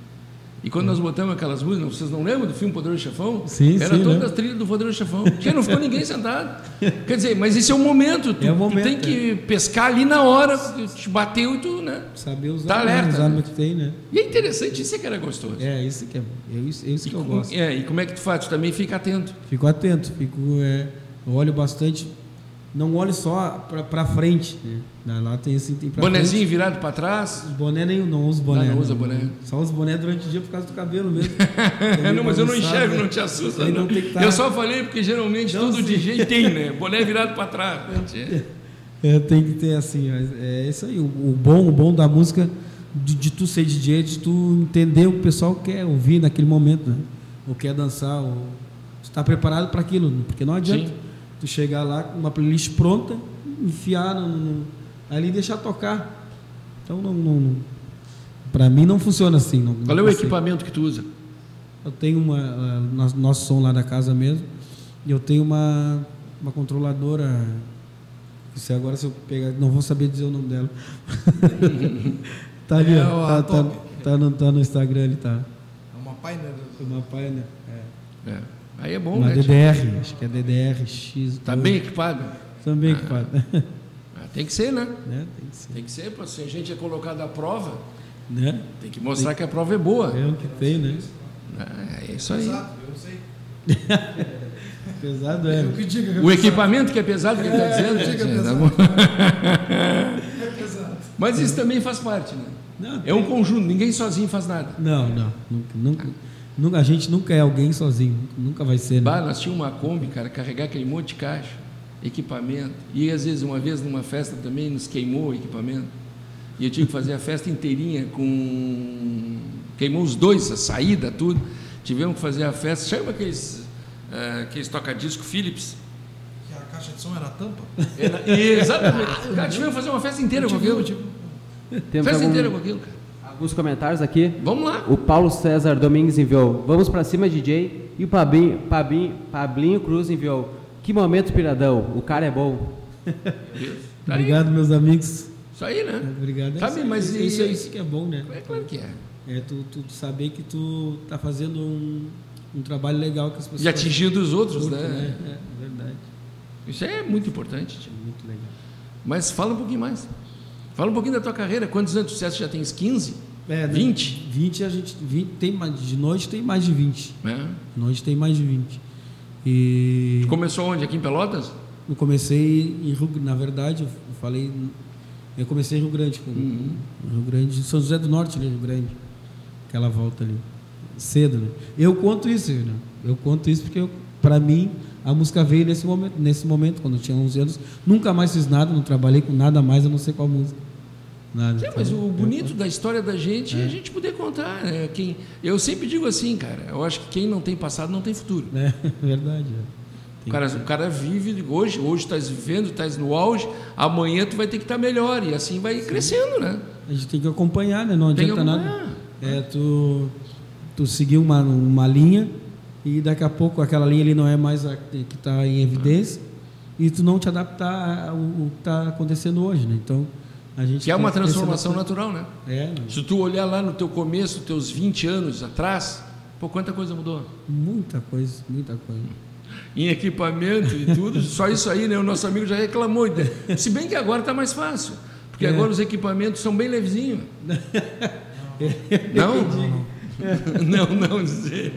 E quando nós botamos aquelas músicas, vocês não lembram do filme Poderoso Chefão?
Sim,
Era
sim,
toda
lembro.
a trilha do Poderoso Chefão. Porque não ficou ninguém sentado. Quer dizer, mas esse é o momento. Tu,
É o
tu
momento,
tem que pescar ali na hora, porque te bateu e tu, né?
Saber usar
Tá
né,
alerta,
as
né?
armas que tem, né?
E é interessante, isso é que era gostoso.
É, isso que é. é isso, é isso que eu
Com-
gosto.
é, e como é que tu faz? Tu também fica atento.
Fico atento, fico, é, eu olho bastante não olhe só pra, pra frente. Né? Lá- Lá tem assim, tem pra
Bonezinho virado para trás.
Os boné nenhum, não uso boné.
Ah, não
né?
usa boné.
Só uso boné durante o dia por causa do cabelo mesmo. Tá
não, mas eu não
bagunçado,
enxergo,
né?
não te assusta.
Aí
Não.
não tem que tá-
Eu só falei porque geralmente
Não,
todo
sim.
DJ tem, né? Boné virado para trás. né?
É, tem que ter assim, mas é isso aí. O, o bom, o bom da música de, de tu ser DJ, é de tu entender o que o pessoal quer ouvir naquele momento, né? Ou quer dançar, ou tu tá preparado para aquilo, né? porque não adianta
Sim.
tu chegar lá com uma playlist pronta, enfiar no, no- ali e deixar tocar. Então não, não, não para mim não funciona assim. Não,
Qual é
não
o
consigo.
equipamento que tu usa?
Eu tenho uma. eh, nós- Nosso som lá da casa mesmo. E eu tenho uma, uma controladora. Isso é agora se eu pegar. Não vou saber dizer o nome dela. tá ali,
É,
ó,
ó,
tá,
a
tá,
top.
tá no, tá no Instagram ali, tá?
É uma painel.
Uma página.
É. Aí é bom,
Uma
né?
DDR, acho que é DDR, X.
Tá bem equipado.
Também, que fala.
Ah, tem que ser, né?
né? Tem que ser.
Tem que ser, pô. se a gente é colocado à prova,
Né?
tem que mostrar que a prova é boa.
É o que tem, né?
Ah, é isso aí.
Exato, eu não sei.
Pesado é.
Eu que diga.
O equipamento que é pesado, que ele está dizendo.
diga que é
né? Tá
pesado.
bom.
É pesado.
Mas isso também faz parte, né?
Não,
É um conjunto, ninguém sozinho faz nada.
não, não. Nunca, nunca, nunca- a gente nunca é alguém sozinho. Nunca vai ser, né?
Bah, nós tínhamos uma Kombi, cara, carregar aquele monte de caixa, equipamento. E às vezes, uma vez numa festa também, nos queimou o equipamento. E eu tive que fazer a festa inteirinha com. Queimou os dois, a saída, tudo. Tivemos que fazer a festa. Chama aqueles, eh, aqueles toca-disco Philips.
Que a caixa de som era a tampa?
Era- Exatamente. Cara, tivemos que fazer uma festa inteira com aquilo.
Temos
Festa
algum-
inteira com aquilo, cara.
alguns comentários aqui.
Vamos lá.
O Paulo César Domingues enviou, vamos pra cima DJ. E o Pabinho, Pabinho, Pablinho Cruz enviou, que momento piradão, o cara é bom.
Tá aí.
Obrigado, meus amigos.
Isso aí, né?
Obrigado.
Sabe,
isso,
mas
isso,
e-
isso, isso que é bom, né?
É claro que é.
É tu, tu saber que tu tá fazendo um, um trabalho legal que as pessoas
E atingindo os outros,
curtem,
né?
né? É, verdade.
Isso é muito importante. tio.
Muito legal.
Mas fala um pouquinho mais. Fala um pouquinho da tua carreira. Quantos anos você acha que já tens? 15?
É, né?
20?
20 a gente 20 tem mais de noite tem mais de 20.
Né?
De noite tem mais de 20. E
Começou onde? Aqui em Pelotas?
eu comecei em Rio, na verdade, eu falei eu comecei em Rio Grande com
Uhum.
Rio Grande, São José do Norte, né, Rio Grande. Aquela volta ali. Cedo, né? Eu conto isso, né? Eu conto isso porque eu para mim a música veio nesse momento, nesse momento quando eu tinha 11 anos, nunca mais fiz nada, não trabalhei com nada mais, a não ser com a música. Nada.
É, mas
Então,
o
eu
bonito da história da gente é a gente poder contar. Né? Quem, eu sempre digo assim, cara. Eu acho que quem não tem passado não tem futuro.
É, verdade. É.
O
Tem-
cara, o cara vive de hoje, hoje estás vivendo, estás no auge, amanhã tu vai ter que estar melhor e assim vai crescendo, né?
A gente tem que acompanhar, né? Não
Tem que
adianta nada.
acompanhar.
É, tu, tu seguir uma, uma linha e daqui a pouco aquela linha ali não é mais a que está em evidência e tu não te adaptar ao ao que está acontecendo hoje, né? Então, a gente...
Que é
tem
uma
que ter essa
transformação
adaptação.
natural, né?
É, né?
Se tu olhar lá no teu começo, teus 20 anos atrás, pô, quanta coisa mudou?
muita coisa, muita coisa.
Em equipamento e tudo, só isso aí, né? O nosso amigo já reclamou. né? Se bem que agora está mais fácil, porque
É.
agora os equipamentos são bem levezinhos. Não? Não, não dizer.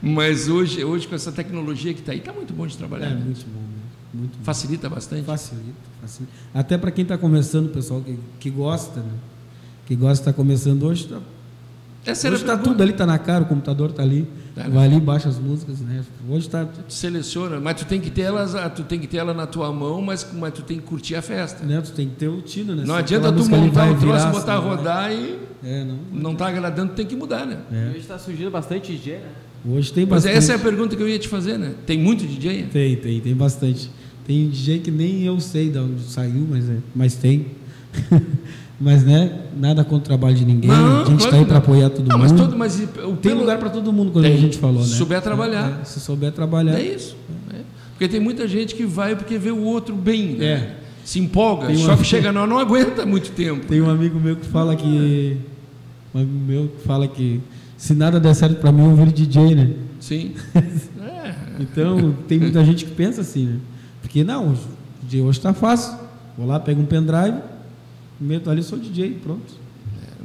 Mas hoje, hoje com essa tecnologia que está aí, está muito bom de trabalhar.
É
né?
muito bom, né? Muito bom.
Facilita bastante.
Facilita, facilita. Até para quem está começando, pessoal que, que gosta, né? Que gosta de estar começando hoje, tá,
Essa era
Hoje está
a pergunta.
tudo ali, tá na cara, o computador tá ali.
Tá, né?
vai ali, baixa as músicas, né? Hoje tá.
Tu seleciona, mas tu tem que ter elas, ah, tu tem que ter ela na tua mão, mas, mas tu tem que curtir a festa.
Né? Tu tem que ter o tino, né?
Não
Se
adianta
aquela
tu
música ali
montar
vai
o troço,
virar, assim, né?
botar a
senão-
rodar e
É, não.
não tá agradando, tem que mudar, né?
E
É.
Hoje está surgindo bastante DJ, né?
Hoje tem
Mas
bastante.
essa é a pergunta que eu ia te fazer, né? Tem muito DJ?
Tem, tem, tem bastante. Tem DJ que nem eu sei de onde saiu, mas, é, mas tem. mas, né? Nada contra o trabalho de ninguém. a
claro
gente tá aí
que
para
não.
apoiar todo
não,
mundo.
Mas todo, mas e- o
Tem
pelo-
lugar para todo mundo, quando
Tem.
a gente falou, né?
Se souber trabalhar.
É, é, se souber trabalhar.
É isso. né? Porque tem muita gente que vai porque vê o outro bem, né?
É.
Se empolga,
Tem
só
uma-
que chega não, não aguenta muito tempo.
Tem um amigo meu que fala que. Um amigo meu que fala que se nada der certo pra mim, eu viro DJ, né?
Sim. É.
Então, tem muita gente que pensa assim, né? Porque não, o DJ hoje tá fácil. Vou lá, pego um pendrive, meto ali, sou DJ, pronto.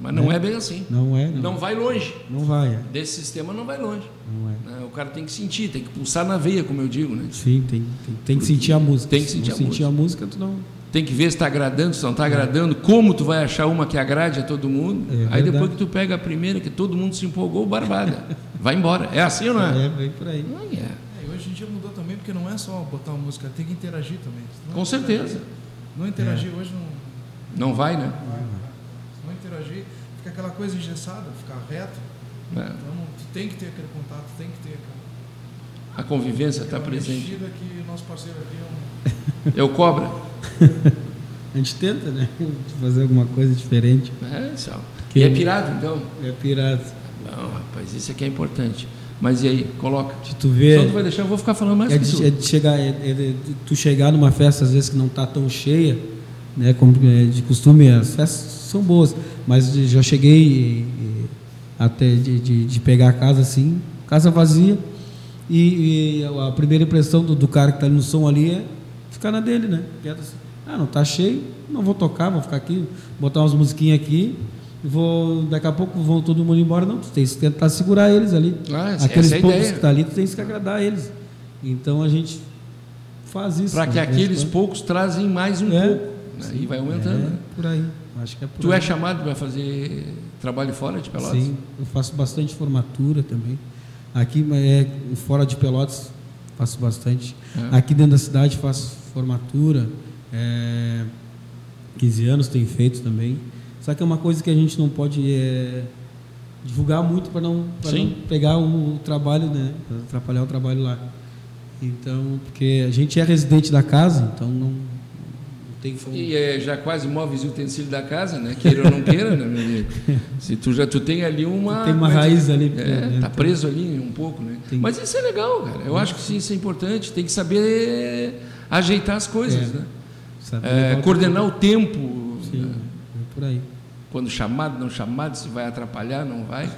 Mas não é bem assim.
Não é,
Não
não.
vai longe.
Não vai, é.
Desse sistema não vai longe.
não é.
né? O cara tem que sentir, tem que pulsar na veia, como eu digo, né?
Sim, tem, tem, tem que sentir a música.
Tem que
Se
sentir
não
a
sentir a música, tu não.
Tem que ver se está agradando, se não está agradando, como tu vai achar uma que agrade a todo mundo.
É
Aí
verdade.
depois que tu pega a primeira, que todo mundo se empolgou, barbada. Vai embora. É assim ou não é?
É, vem por aí.
Não é.
É, e hoje em dia mudou também, porque não é só botar uma música, tem que interagir também. Se não
Com certeza. É.
interagir- Não interagir hoje, não,
Não vai, né?
se não interagir, fica aquela coisa engessada, ficar reto.
É.
Então, não- tu tem que ter aquele contato, tem que ter aquela,
A convivência está
aquela
tá presente.
mexida que o nosso parceiro aqui é um...
Eu cobra.
A gente tenta, né? De fazer alguma coisa diferente.
É, só.
Que-
E é pirado, então?
É pirata.
Não, rapaz, isso aqui é importante. Mas e aí, coloca.
Se tu
Só
vê.
tu vai deixar, eu vou ficar falando mais
É
que
de,
tu.
é de chegar, é- é de tu chegar numa festa às vezes que não está tão cheia, né? Como é de costume as festas são boas, mas de- já cheguei e- e até de, de- de pegar a casa assim, casa vazia e, e a primeira impressão do, do cara que está no som ali é ficar na dele, né? Quieto assim. Ah, não tá cheio, não vou tocar, vou ficar aqui, botar umas musiquinhas aqui. Vou, daqui a pouco vão todo mundo embora, não. Tu tem que tentar segurar eles ali.
Ah, essa-
Aqueles
essa é a
poucos
ideia.
que tá ali, tu tens que agradar eles. Então a gente faz isso.
Para que
né?
aqueles
Mas,
poucos trazem mais um
É.
pouco. Né? E vai aumentando. né?
É, por aí. Acho que é por
Tu
aí.
é chamado para fazer trabalho fora de Pelotas?
Sim, eu faço bastante formatura também. Aqui mas é fora de Pelotas, faço bastante.
É.
Aqui dentro da cidade faço formatura. é, 15 anos tem feito também. Só que é uma coisa que a gente não pode é, divulgar muito para não, pra
Sim.
não pegar o trabalho, né? Pra atrapalhar o trabalho lá. Então, porque a gente é residente da casa, então não, não tem como.
E é, já quase móveis e utensílios da casa, né? Queira ou não queira, né, meu amigo? Se tu já tu tem ali uma.
Tem uma
coisa-
raiz ali, né?
É, tá preso ali um pouco, né?
Tem-
Mas isso é legal, cara. Eu acho que sim, isso é importante. Tem que saber ajeitar as coisas,
É.
né?
sabe?
É,
Legal.
coordenar o tempo.
Sim,
né?
é por aí.
Quando chamado, não chamado, se vai atrapalhar, não vai.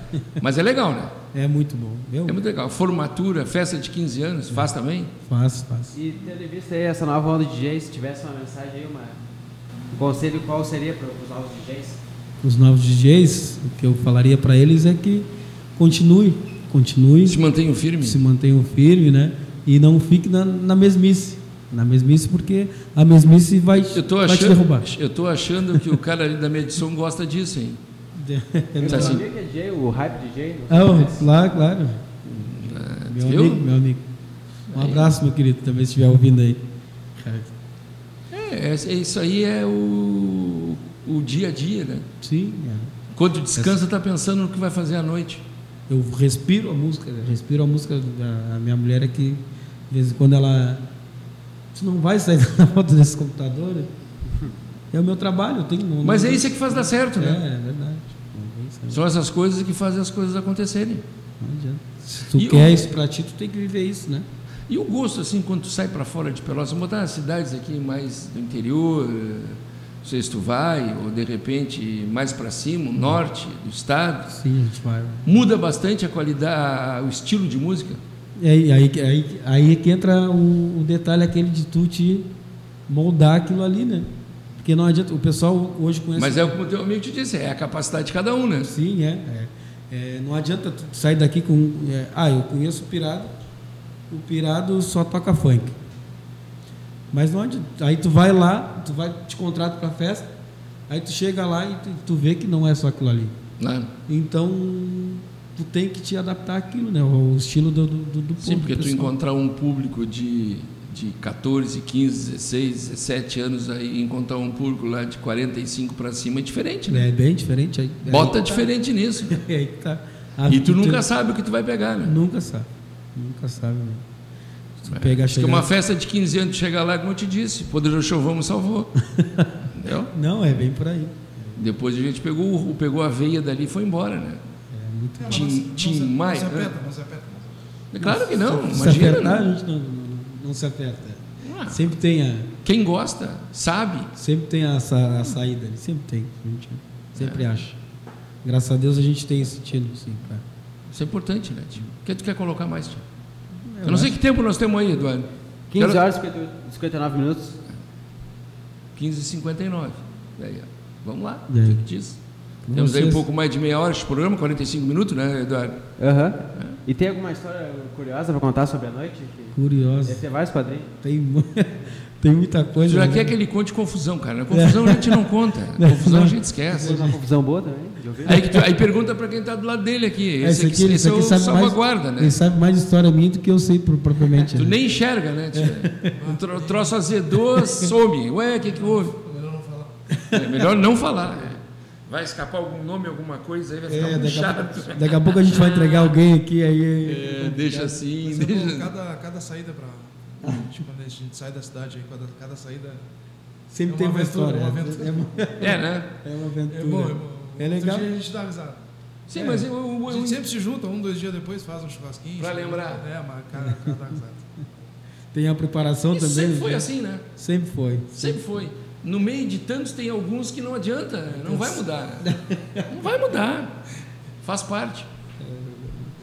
Mas é legal, né?
É muito bom. Eu
É muito legal. Formatura, festa de 15 anos, faz também?
faço, faço.
E tendo em vista aí essa nova onda de DJs, se tivesse uma mensagem aí, uma... um conselho, qual seria para os novos DJs?
os novos DJs, o que eu falaria para eles é que continue, continue,
Se mantenham firme?
se mantenham firme, né? E não fique na, na mesmice. Na mesmice, porque a mesmice vai,
Eu tô
vai te
achando,
derrubar.
eu tô achando que o cara ali da medição gosta disso, hein?
Meu
Tá assim.
amigo é DJ, o Hype né? DJ. não
Ah,
sei
ô,
se conhece.
claro, claro. Meu
viu?
amigo, meu amigo. Um abraço, meu querido, também se estiver ouvindo aí.
É, é- isso aí é o, o dia a dia, né?
Sim,
Quando descansa, tá pensando no que vai fazer à noite.
é. eu respiro a música, né? respiro a música da a minha mulher aqui. De vez em quando ela. Tu não vai sair da foto desse computador? né? É o meu trabalho, eu tenho. não-
Mas
não-
é isso é que faz dar certo, né?
É, é verdade. Não tem saída,
São essas coisas que fazem as coisas acontecerem.
não adianta. Se tu
E
quer
o-
isso pra ti, tu tem que viver isso, né?
E o gosto, assim, quando tu sai para fora de Pelotas, vamos botar as cidades aqui mais do interior, eh, não sei se tu vai, ou de repente mais para cima, o norte do estado,
Sim, a gente vai.
muda bastante a qualidade, o estilo de música.
E aí, aí, que- aí, que- aí é que entra o, o detalhe aquele de tu te moldar aquilo ali, né? Porque não adianta. O pessoal hoje conhece.
Mas é o que o teu amigo te disse, é a capacidade de cada um, né?
Sim, é. é. É, não adianta tu sair daqui com. é, ah, eu conheço o Pirado, o Pirado só toca funk. Mas não adianta. Aí tu vai lá, tu vai te contrata pra festa, aí tu chega lá e tu, tu vê que não é só aquilo ali.
Né?
Então, tu tem que te adaptar àquilo, né? O estilo do, do, do do público.
Sim, porque tu
pessoal.
encontrar um público de, de 14, 15, 16, 17 anos aí, encontrar um público lá de 45 para cima é diferente, né?
É bem diferente. Aí, aí
Bota
que tá-
diferente nisso.
aí que tá.
E tu
Ah,
nunca sabe o que tu vai pegar, né?
Nunca sabe. Nunca sabe, né? Se tu
É,
pegar,
Porque
chegar...
uma festa de 15 anos, chegar lá, como eu te disse, poderoso chovão me salvou. Entendeu?
Não, é bem por aí.
Depois a gente pegou, o- pegou a veia dali e foi embora, né?
É muito
É, mas
Tim-
não se- não
Tim
se-
Maia,
Não se
né?
aperta, não se aperta. não se aperta.
É Claro que não,
Se
imagina.
apertar, a
né?
gente não, não- não se aperta.
Ah,
Sempre tem a,
Quem gosta, sabe.
sempre tem a, sa- a saída ali, sempre tem. A gente
É.
sempre acha. Graças a Deus a gente tem esse tino, sim, pra-
Isso é importante, né, tio? O que tu quer colocar mais, tio? Eu,
É, Eu
não sei que tempo nós temos aí, Eduardo.
15
Quero-
horas e 58 59 minutos.
15 h 59. Daí, ó. Vamos lá,
E aí?
o que que diz? Temos aí um
Vocês-
pouco mais de meia hora de programa, 45 minutos, né, Eduardo?
Aham. E tem alguma história curiosa pra contar sobre a noite? Que-
Curiosa.
Deve ter vários padrinhos.
É, Tem, mu- tem muita coisa.
Você já
né?
quer que ele conte confusão, cara. né? Confusão a gente não conta. Confusão a gente esquece.
Foi uma confusão boa também, de ouvir.
Aí, que tu- aí pergunta para quem está do lado dele aqui.
É,
Esse, aqui, esse é o salvaguarda, né?
Ele sabe mais de história minha do que eu sei pro- propriamente.
Tu
né?
nem enxerga, né? tia? Um tro- troço azedou, some. Ué, o que, que houve?
Melhor não falar.
É melhor não falar. É. Vai escapar algum nome, alguma coisa, aí vai ficar
É,
muito
daqui, a
chato.
pouco, daqui a pouco a gente vai entregar alguém aqui, aí
É, deixa assim,
Mas é bom,
deixa. Ah.
cada, cada saída pra. Tipo, quando a gente sai da cidade aí, cada, cada saída.
sempre
É
tem
uma
uma
aventura,
história.
é uma aventura.
É uma,
É, né?
é uma
É bom, é
aventura.
bom.
É legal.
Outro dia a gente dá risada.
Sim, mas eu, eu-
A
eu-
gente sempre se junta, um, dois dias depois, faz um churrasquinho.
Pra
chama-
lembrar.
É, mas cada, cada dá risada.
Tem a preparação
Isso
também.
sempre foi
né?
assim, né?
Sempre foi.
Sempre foi. No meio de tantos tem alguns que não adianta, né? não vai mudar. Não vai mudar. Faz parte.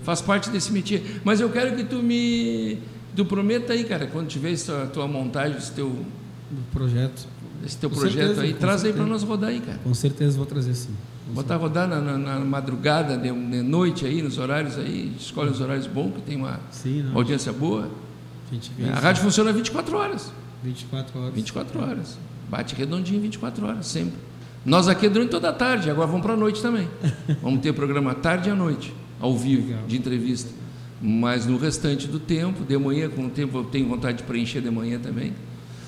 Faz parte desse métier. Mas eu quero que tu me. Tu prometa aí, cara, quando tiver essa tua montagem, esse teu,
Do projeto.
esse teu
Com
projeto
certeza,
aí,
com
traz aí
certeza.
para nós rodar aí, cara.
Com certeza vou trazer sim.
Botar rodar na, na- na madrugada, de, de noite aí, nos horários aí, escolhe os horários bons, que tem uma
Sim, não.
audiência boa.
A gente vê
A
isso.
rádio funciona 24 horas.
24 horas.
24 horas. Bate redondinho 24 horas, sempre. Nós aqui é durante toda a tarde, agora vamos para a noite também. Vamos ter programa à tarde e à noite, ao vivo,
Legal.
de entrevista. Mas no restante do tempo, de manhã, com o tempo eu tenho vontade de preencher de manhã também.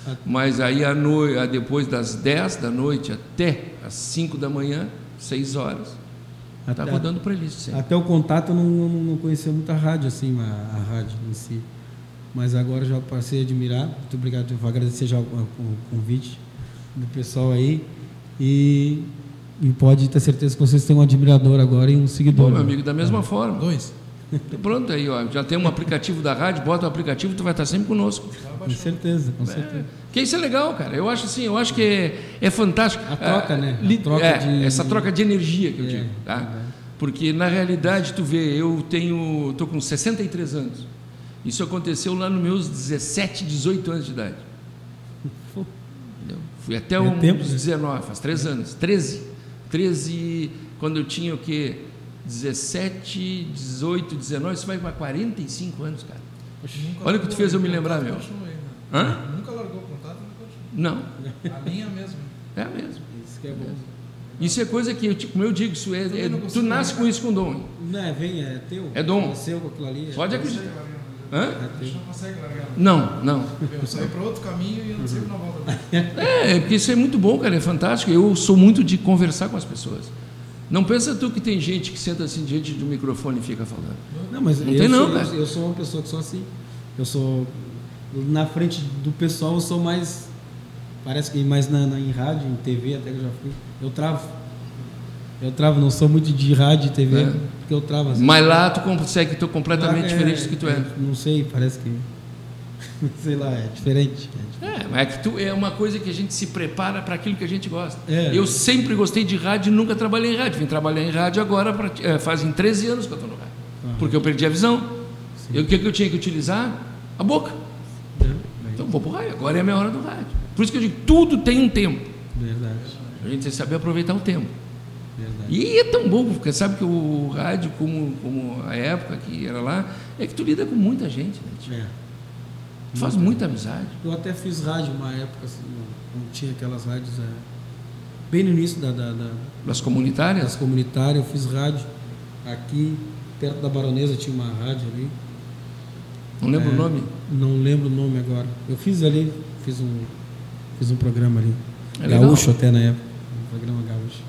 Ah.
Mas aí à noite, depois das 10 da noite até as 5 da manhã, 6 horas, está
Até- Ah,
rodando playlist sempre.
Até o contato eu não, não, não conhecia muito a rádio, assim, a, a rádio em si. Mas agora já passei a admirar. Muito obrigado, eu vou agradecer já o, o convite do pessoal aí. E, e pode ter certeza que vocês têm um admirador agora e um seguidor.
Bom, meu
né?
amigo, da mesma forma.
Dois.
Pronto aí, ó, já tem um aplicativo da rádio, bota o aplicativo, tu vai estar sempre conosco.
Com certeza, com certeza.
Que isso é legal, cara. Eu acho assim, eu acho que é, é fantástico.
A troca,
Ah,
né? A
li-
troca
é,
de-
essa troca de energia que eu
É,
digo, tá? Porque na realidade tu vê, eu tenho, tô com 63 anos. Isso aconteceu lá nos meus 17, 18 anos de idade. Entendeu? Fui até
É
uns
tempo, né?
19, faz 3 anos, 13. 13 quando eu tinha o quê? 17, 18, 19, isso vai para 45 anos, cara.
Nunca
Olha o que tu
largou
fez eu me
contato,
lembrar, meu.
continua aí, né?
Hã?
Nunca largou o contato, nunca continua.
Não,
A linha mesmo.
é mesmo.
Isso que é bom.
Isso é coisa que, eu, te- como eu digo, isso é, é- tu nasce com isso com dom.
Não, é, vem, é teu.
É dom.
É seu com aquilo ali. é-
Pode acreditar. Hã?
é
A
teu.
gente não consegue largar.
Não, não.
Eu saí para outro caminho e eu não sei não volta mais.
É, é porque isso é muito bom, cara, é fantástico. Eu sou muito de conversar com as pessoas. Não pensa tu que tem gente que senta assim diante de um microfone e fica falando.
Não, mas
Não
eu,
tem não,
sou,
cara.
eu sou uma pessoa que sou assim. Eu sou. Na frente do pessoal eu sou mais. Parece que mais na, na- em rádio, em TV, até que eu já fui. Eu travo. Eu travo, não sou muito de rádio e TV,
É.
porque eu travo assim.
Mas lá tu consegue, tu é completamente
Lá é-
diferente do que tu é.
Não sei, parece que. sei lá, é diferente. é diferente.
É, mas é que tu é uma coisa que a gente se prepara para aquilo que a gente gosta.
É.
Eu sempre gostei de rádio e nunca trabalhei em rádio. Vim trabalhar em rádio agora, pra, é, fazem 13 anos que eu estou no rádio.
Aham.
Porque eu perdi a visão. E o que, que eu tinha que utilizar? A boca.
É,
Então vou pro rádio, agora é a minha hora do rádio. Por isso que eu digo, tudo tem um tempo.
Verdade,
A gente tem que saber aproveitar o tempo.
verdade.
E é tão bom, porque sabe que o rádio, como, como a época que era lá, é que tu lida com muita gente, né? tio?
É.
Tu faz muita amizade.
Eu até fiz rádio uma época, assim, não- não tinha aquelas rádios. é, bem no início da- da- da,
Das
das
comunitárias,
comunitárias, eu fiz rádio aqui, perto da Baronesa tinha uma rádio ali,
não lembro
É.
o nome.
não lembro o nome agora. Eu fiz ali, fiz um, fiz um programa ali,
É legal.
gaúcho até na época, um programa gaúcho.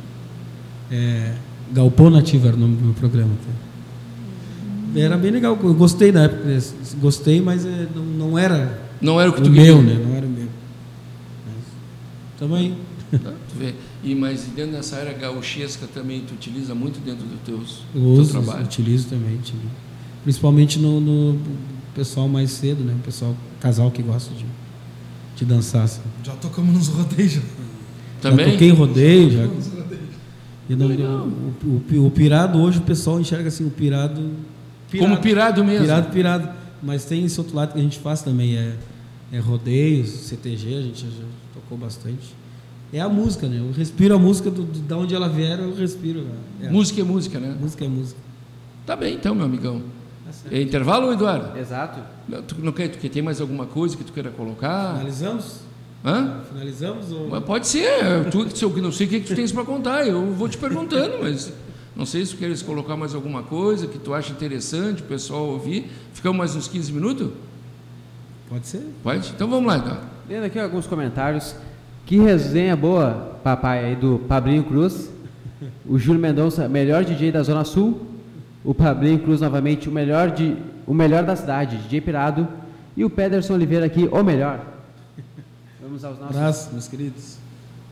É, Galpão Nativo era o nome do meu programa até. Era bem legal, eu gostei na época, né? gostei, mas é, não, não era
Não era o que
o
tu
meu,
queria.
né? Não era o meu. Mas, tamo aí.
Tá? Tu vê. E, mas dentro dessa área gaúchesca também tu utiliza muito dentro do teus,
Eu
teu
uso,
trabalho.
utilizo também, utilizo. Principalmente no, no pessoal mais cedo, né? O pessoal, casal que gosta de, de dançar. Assim.
Já tocamos nos rodeios. já.
Também?
Já toquei em rodeio, já.
Nos rodeios.
E não- o, o, pi- o pirado, hoje o pessoal enxerga assim, o pirado.
Como pirado mesmo.
Pirado, pirado. Mas tem esse outro lado que a gente faz também, é, é rodeios, CTG, a gente já, já tocou bastante. é a música, né? Eu respiro a música do, do- da onde ela vier, eu respiro. né? É.
Música é música, né?
Música é música.
Tá bem então, meu amigão.
Tá
É intervalo, Eduardo?
Exato.
Não, tu não quer, tu quer- tem mais alguma coisa que tu queira colocar?
Finalizamos?
Hã?
Finalizamos? Ou...
Mas pode ser, tu, se eu não sei o que, que tu tens para contar, eu vou te perguntando, mas não sei se tu queres colocar mais alguma coisa que tu acha interessante o pessoal ouvir. Ficamos mais uns 15 minutos?
Pode ser?
Pode? Então vamos lá, Eduardo.
Lendo aqui alguns comentários. Que resenha boa, papai, aí do Pablinho Cruz. O Júlio Mendonça, melhor DJ da Zona Sul. O Pablinho Cruz novamente, o melhor, de, o melhor da cidade, DJ Pirado. E o Pederson Oliveira aqui, o melhor. Vamos aos nossos
Abraço, meus queridos.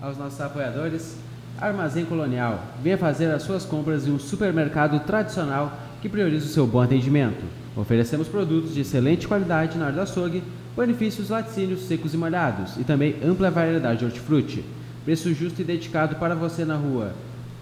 aos nossos apoiadores, Armazém Colonial. Venha fazer as suas compras em um supermercado tradicional que prioriza o seu bom atendimento. Oferecemos produtos de excelente qualidade na área do açougue, benefícios laticínios secos e molhados e também ampla variedade de hortifruti. Preço justo e dedicado para você na rua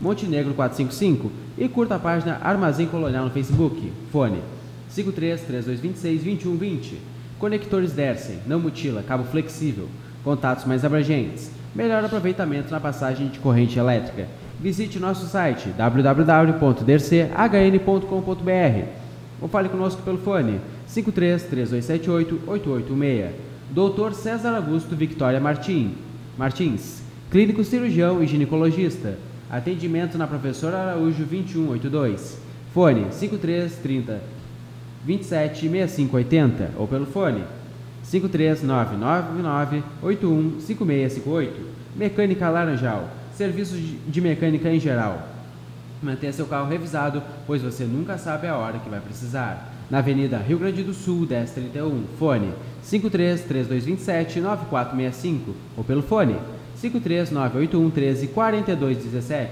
Montenegro 455 e curta a página Armazém Colonial no Facebook. Fone 53 3226 2120. Conectores Dersen, não mutila, cabo flexível contatos mais abrangentes, melhor aproveitamento na passagem de corrente elétrica. Visite nosso site www.derchn.com.br ou fale conosco pelo fone 53 3278 886. Dr. César Augusto Victoria Martim. Martins, clínico cirurgião e ginecologista. Atendimento na Professora Araújo 2182. Fone 5330 276580 ou pelo fone um 53999815658. Mecânica Laranjal. Serviços de- de mecânica em geral. Mantenha seu carro revisado, pois você nunca sabe a hora que vai precisar. Na Avenida Rio Grande do Sul, 1031, fone 5332279465 ou pelo fone 53981134217.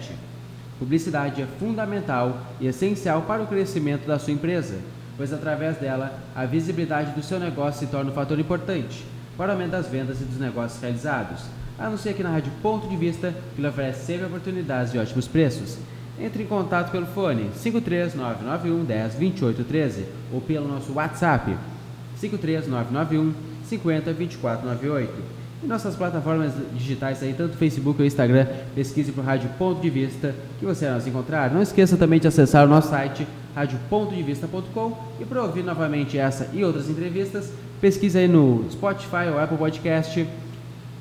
Publicidade é fundamental e essencial para o crescimento da sua empresa, pois através dela a visibilidade do seu negócio se torna um fator importante para o aumento das vendas e dos negócios realizados. Anuncie aqui na Rádio Ponto de Vista, que lhe oferece sempre oportunidades de ótimos preços. Entre em contato pelo fone 53991 10 28 13 ou pelo nosso WhatsApp 53991 502498. E nossas plataformas digitais aí, tanto Facebook ou Instagram, pesquise por Rádio Ponto de Vista, que você vai nos encontrar. Não esqueça também de acessar o nosso site, radiopontodevista.com, e para ouvir novamente essa e outras entrevistas, pesquise aí no Spotify ou Apple Podcast,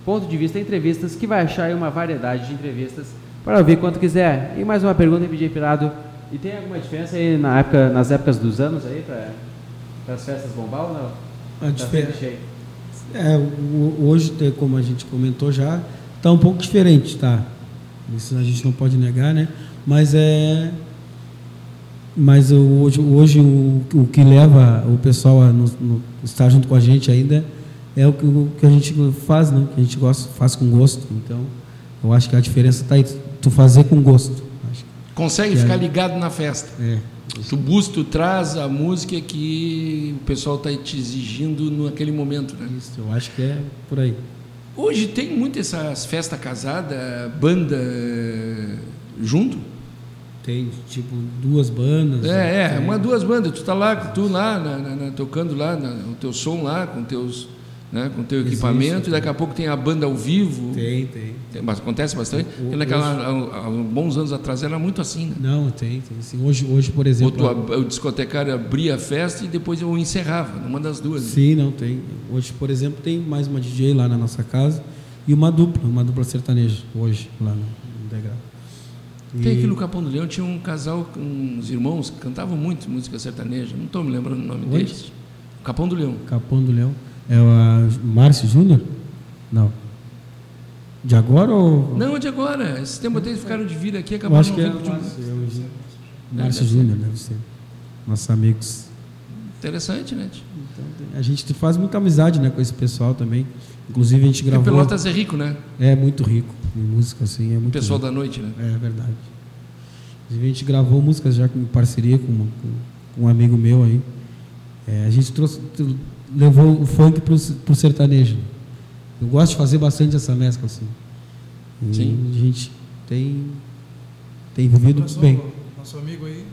Ponto de Vista Entrevistas, que vai achar aí uma variedade de entrevistas para ouvir quanto quiser. E mais uma pergunta, MJ Pirado, e tem alguma diferença aí na época, nas épocas dos anos aí, para as festas bombar ou não?
A
Tá
difer-
sempre cheio.
É, o- hoje, tem- como a gente comentou já, está um pouco diferente, tá? Isso a gente não pode negar, né? Mas é. Mas o- hoje, hoje o, o que leva o pessoal a nos- no- estar junto com a gente ainda é o que, o que a gente faz, né? Que a gente gosta, faz com gosto. Então, eu acho que a diferença está aí, tu fazer com gosto. Acho que-
Consegue ficar ligado na festa.
é.
Tu busca, tu traz a música que o pessoal está te exigindo naquele momento, né?
Isso, eu acho que é por aí.
Hoje tem muito essas festas casada, banda eh, junto?
Tem, tipo, duas bandas. né?
É, é, uma, duas bandas. Tu tá lá, tu lá, na- na- na- tocando lá, na- o teu som lá, com teus, né, com teu
Existe,
equipamento, e daqui a pouco tem a banda ao vivo.
Tem, tem.
Tem, mas acontece bastante.
O-
Tem naquela, há, há bons anos atrás era muito assim, né?
Não, tem, tem. Sim. Hoje, hoje, por
Ou
exemplo.
tu, ab- o discotecário abria a festa e depois eu encerrava, numa das duas. né?
Sim, não tem. Hoje, por exemplo, tem mais uma DJ lá na nossa casa e uma dupla, uma dupla sertaneja, hoje, lá no, no degrau.
Tem
E-
aqui no Capão do Leão, tinha um casal, uns irmãos que cantavam muito música sertaneja. Não estou me lembrando o nome
Onde?
deles. Capão do Leão.
Capão do Leão. É o a Márcio Júnior? Não. De agora ou.
Não, é de agora. Esse tempo até eles ficaram de vir aqui,
Eu
acabaram
acho
não
que é
vindo
o
de um-
Márcio, é o-
É,
Márcio
deve
Júnior, deve ser. Nossos amigos.
Interessante, né? tio?
Então, tem- a gente faz muita amizade né, com esse pessoal também. Inclusive, a gente
Porque
gravou.
Pelotas é rico, né?
É muito rico em música, assim. É
O
muito
pessoal
rico.
da noite, né?
É verdade. Inclusive, a gente gravou músicas já com parceria com, com- com um amigo meu aí. É, a gente trouxe, tu- levou o funk pro, s- pro sertanejo. Eu gosto de fazer bastante essa mescla assim. E
Sim.
A gente tem tem vivido
Abração
bem.
pro Nosso amigo aí,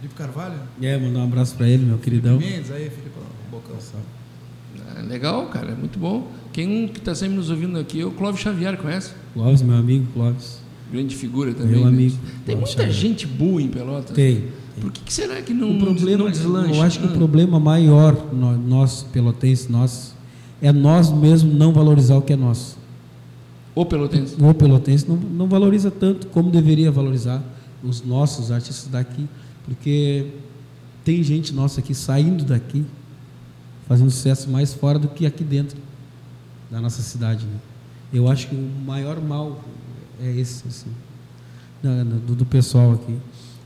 Felipe Carvalho.
É, mandar um abraço para ele, meu queridão.
Mendes aí, Felipe, ó, Bocão.
Ah, legal, cara, é muito bom. Quem um que está sempre nos ouvindo aqui é o Clóvis Xavier, conhece?
Clóvis, meu amigo, Clóvis.
Grande figura também.
Meu
né?
amigo,
Tem
Clóvis
muita
Xavier.
gente boa em Pelotas.
Tem.
Por que, que será que não,
o problema, né?
não deslancha?
eu acho que
Ah,
o problema maior no- nós pelotenses nós é nós mesmos não valorizar o que é nosso.
O pelotense.
O pelotense não, não valoriza tanto como deveria valorizar os nossos artistas daqui, porque tem gente nossa aqui saindo daqui fazendo sucesso mais fora do que aqui dentro da nossa cidade. né? Eu acho que o maior mal é esse assim, da- da- do, do pessoal aqui.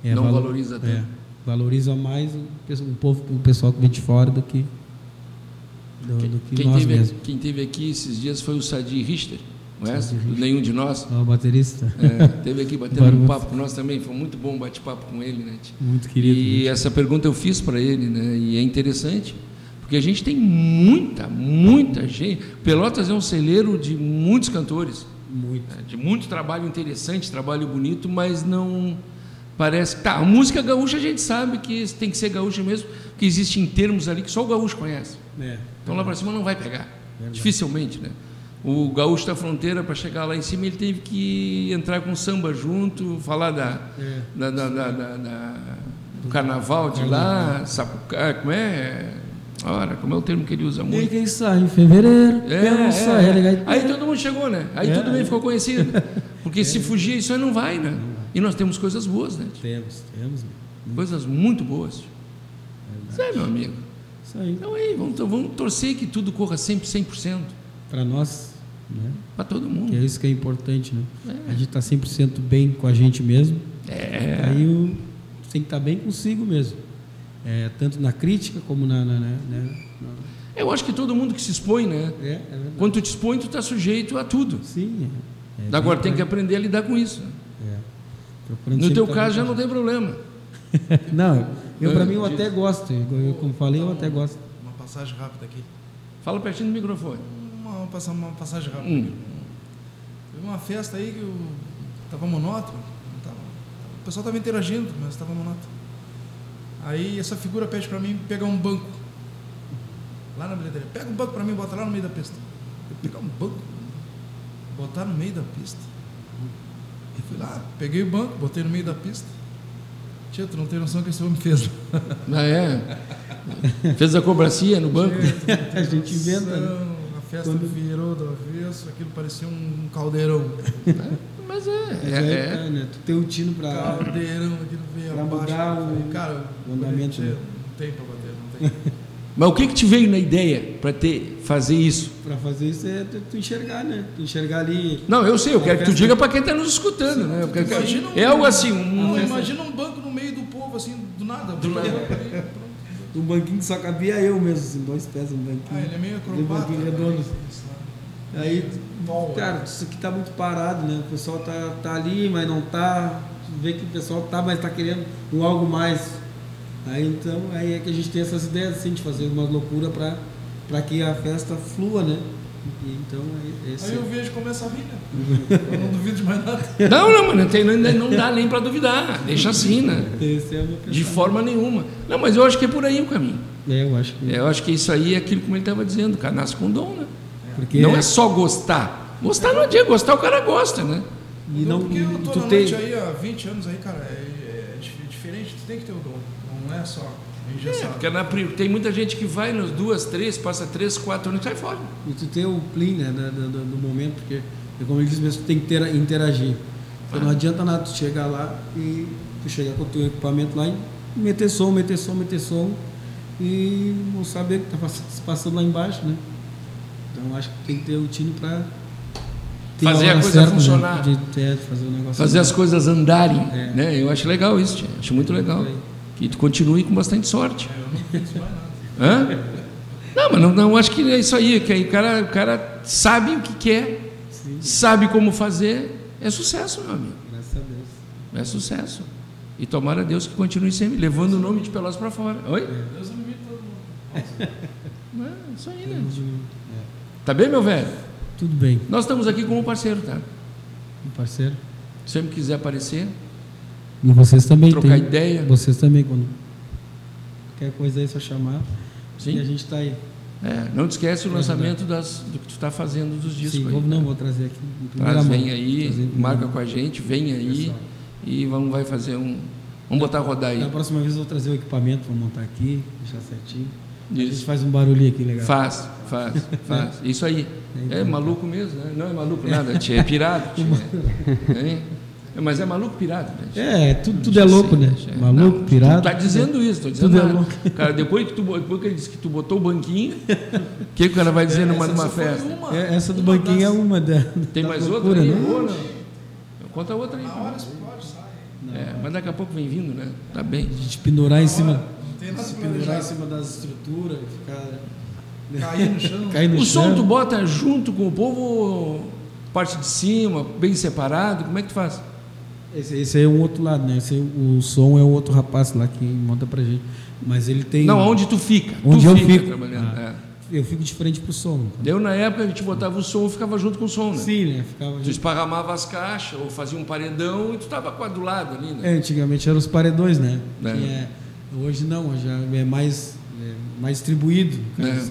É
Não
valo-
valoriza tanto.
é, valoriza mais o, pesso- o povo, o pessoal que vem de fora do que do, do que
Quem
nós
teve,
mesmos.
quem teve aqui esses dias foi o Sadi Richter, conhece?
Sadi Richter.
Nenhum de nós.
Ó, O baterista,
É, teve aqui batendo um
Barulho.
papo com nós também, foi muito bom o bate-papo com ele, né? tia?
muito querido.
e
né?
essa pergunta eu fiz para ele, né? E é interessante, porque a gente tem muita, muita gente. Pelotas é um celeiro de muitos cantores,
Muito.
né? de muito trabalho interessante, trabalho bonito, mas não parece. Tá, a música gaúcha a gente sabe que tem que ser gaúcha mesmo, porque existem termos ali que só o gaúcho conhece.
É.
Então lá para cima não vai pegar. Dificilmente, né? O gaúcho da fronteira, para chegar lá em cima, ele teve que entrar com samba junto, falar da,
É.
da- da- da- da- da- do carnaval de lá, sapucá, como é? Ora, como é o termo que ele usa muito?
Ninguém sai em fevereiro,
É,
eu não saio,
é.
é legal.
Aí todo mundo chegou, né? Aí
É,
tudo bem,
é.
ficou conhecido. Porque se fugir, isso aí não vai, né? E nós temos coisas boas, né?
Temos, temos. né?
Coisas muito boas. Sério, meu amigo.
Isso aí.
Então aí, vamos, vamos torcer que tudo corra sempre 100%.
Para nós, né?
Para todo
Que é
mundo.
isso que é importante, né? A gente tá 100% bem com a gente mesmo.
É.
Aí o, tem que estar bem consigo mesmo. É, tanto na crítica como na. na, na- né? Na-
Eu acho que todo mundo que se expõe, né?
é, é verdade.
Quando tu te expõe, tu está sujeito a tudo.
Sim. É, é
Agora
bem-
tem que aprender a lidar com isso.
É. Procurando
No
sempre
teu
tá
caso já
bem-
não tem problema.
Não, eu para mim eu
Diz.
até gosto. Eu, eu, como falei, eu até gosto.
Uma passagem rápida aqui.
Fala pertinho do microfone.
Uma, passa- uma passagem rápida.
Hum.
Teve uma festa aí que eu tava monótono. não tava- o pessoal tava interagindo, mas tava monótono. Aí essa figura pede pra mim pegar um banco. Lá na bilheteria. Pega um banco pra mim e bota lá no meio da pista. Eu pegar um banco. Botar no meio da pista. Eu fui lá, peguei o banco, botei no meio da pista. Tia, tu não tem noção do que esse homem fez.
Ah, é. Fez a cobracia no banco.
A gente inventa. Né?
A festa virou do avesso, aquilo parecia um caldeirão.
Mas é.
Mas
é,
aí,
é.
tá, né? Tu tem o tino para
Caldeirão, aquilo veio
Pra
abaixo.
mudar
eu falei,
o-
cara,
o andamento,
tia,
né?
Não tem pra bater, não tem.
Mas o que, que te veio na ideia para ter fazer isso?
para fazer isso é tu, tu enxergar, né? Tu enxergar ali.
Não, eu sei, eu quero que tu diga para quem está nos escutando, né? Eu quero que-
Imagina um-
É algo assim, um-
Não, imagina um banco no meio do povo, assim, do nada. Do nada.
Um banquinho que só cabia eu mesmo, assim, dois pés no banquinho.
Ah, ele é meio
Aquele
acrobata.
banquinho redondo. Aí, tu-
Bom,
cara, isso aqui tá muito parado, né? O pessoal tá, tá ali, mas não tá. Tu Vê que o pessoal tá, mas tá querendo um algo mais. Aí então, aí é que a gente tem essas ideias assim, de fazer uma loucura pra, pra que a festa flua, né? E, então, é, é
Aí eu
isso.
vejo e começa a rir, né? Eu não duvido de mais nada.
Não, não, mano, tem- não, não dá nem para duvidar. Deixa assim, né?
Esse é o meu
De
pensamento.
forma nenhuma. Não, mas eu acho que é por aí o caminho.
É, eu acho que.
É, Eu acho que isso aí é aquilo como ele estava dizendo, o cara nasce com dom, né?
Porque
Não é só gostar. Gostar não adianta, gostar o cara gosta, né?
E não,
Porque eu tô
tu
na
tem-
noite aí há 20 anos aí, cara, é, é dif- diferente, tu tem que ter o dom. Não é só
É,
engessado.
porque na pri- tem muita gente que vai nos duas, três, passa três, quatro anos e sai fora.
E tu ter o plim né, da- da- da- do, momento, porque, é como ele disse mesmo, tu tem que ter, interagir. Então não adianta nada tu chegar lá e tu chegar com o teu equipamento lá e meter som, meter som, meter som e não saber o que está passando, se passando lá embaixo, né? Então acho que tem que ter o time para
Fazer a coisa funcionar.
Né? De, ter- de fazer o negócio.
Fazer as coisas andarem,
É.
né? Eu acho legal isso, tia. acho muito legal.
Muito bem.
Que tu continue com bastante sorte.
Eu não penso mais nada.
Hã? Não, mas não, não acho que é isso aí, que aí o cara, o cara sabe o que quer,
Sim,
sabe como fazer, é sucesso, meu amigo.
graças a Deus.
É sucesso. E tomara a Deus que continue sempre levando o nome de Pelotas para fora. Oi?
Deus não limita todo mundo.
É, isso aí, né?
Temos de- é.
Tá bem, meu velho?
Tudo bem,
Nós estamos aqui como parceiro, tá?
meu parceiro.
Se sempre quiser aparecer,
E vocês também
trocar
têm-
ideia.
Vocês também, quando qualquer coisa aí, é só chamar.
Sim.
E a gente está aí.
É, não te esquece o lançamento das, do que tu está fazendo dos discos.
Sim,
aí.
vou, não, vou trazer aqui. em primeira
Traz,
mão.
vem aí,
Trazer em primeira
marca
mão.
com a gente, vem aí
Pessoal. Tá
e vamos vai fazer um. Vamos botar a rodar aí.
Da próxima vez eu vou trazer o equipamento, vou montar aqui, deixar certinho. A gente
Isso.
faz um barulhinho aqui legal.
Faz, faz, faz. Isso aí.
Então.
É maluco mesmo, né? Não é maluco nada, tchê, é pirado. tchê. Hein? É, mas é maluco pirado, né? tchê?
É, tudo, tudo é louco, né?
Tchê,
Maluco,
não,
pirado.
Tu tá dizendo isso, tô dizendo
Tudo é
nada.
louco.
Cara, depois que, tu, bo- depois que ele disse que tu botou o banquinho, o que, que o cara vai dizer numa,
Essa
numa
só foi
festa?
uma.
É, essa do banquinho é
das-
uma da.
Tem
da
mais
loucura,
outra aí?
né?
Ou não? Conta outra aí.
Na hora explode, sai.
É, mas daqui a pouco vem vindo, né? Tá bem.
A gente pendurar em cima.
Não tem nada
Se pendurar em
planejado.
cima das estruturas, ficar.
Cair no chão.
Cair no
O som
chão.
tu bota junto com o povo, ou parte de cima, bem separado, como é que tu faz?
Esse, esse aí é um outro lado, né? Esse, aí, o som é um outro rapaz lá que monta pra gente. Mas ele tem.
Não, onde tu fica.
Onde
tu
eu
fica
fico.
trabalhando.
Ah.
é.
Eu fico de frente pro som.
Deu na época a gente botava o som e ficava junto com o som, né?
Sim, né? Ficava.
Tu esparramava as caixas ou fazia um paredão e tu tava quase do lado ali, né?
É, antigamente eram os paredões, né?
É.
Tinha- hoje não, hoje é mais, é mais distribuído. cara,
É.
assim.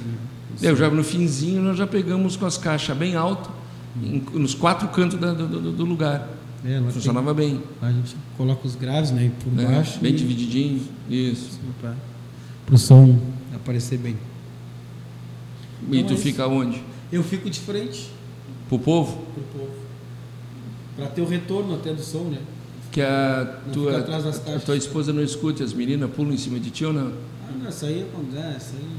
Eu já no finzinho nós já pegamos com as caixas bem alto, em- nos quatro cantos da- do, do- do lugar.
É, lá tem-
Funcionava bem.
A gente coloca os graves, né? Por
né?
baixo.
Bem
e-
divididinho. Isso.
Pra, pro som aparecer bem.
E
Então
tu
é isso.
fica onde?
Eu fico de frente um
Pro povo?
pro povo. Pra ter o retorno até do som, né?
Que a
Não
tua,
fica atrás das
a
caixas.
tua esposa não escute, as meninas pulam em cima de ti ou não?
Ah, não, isso aí é quando é, isso aí.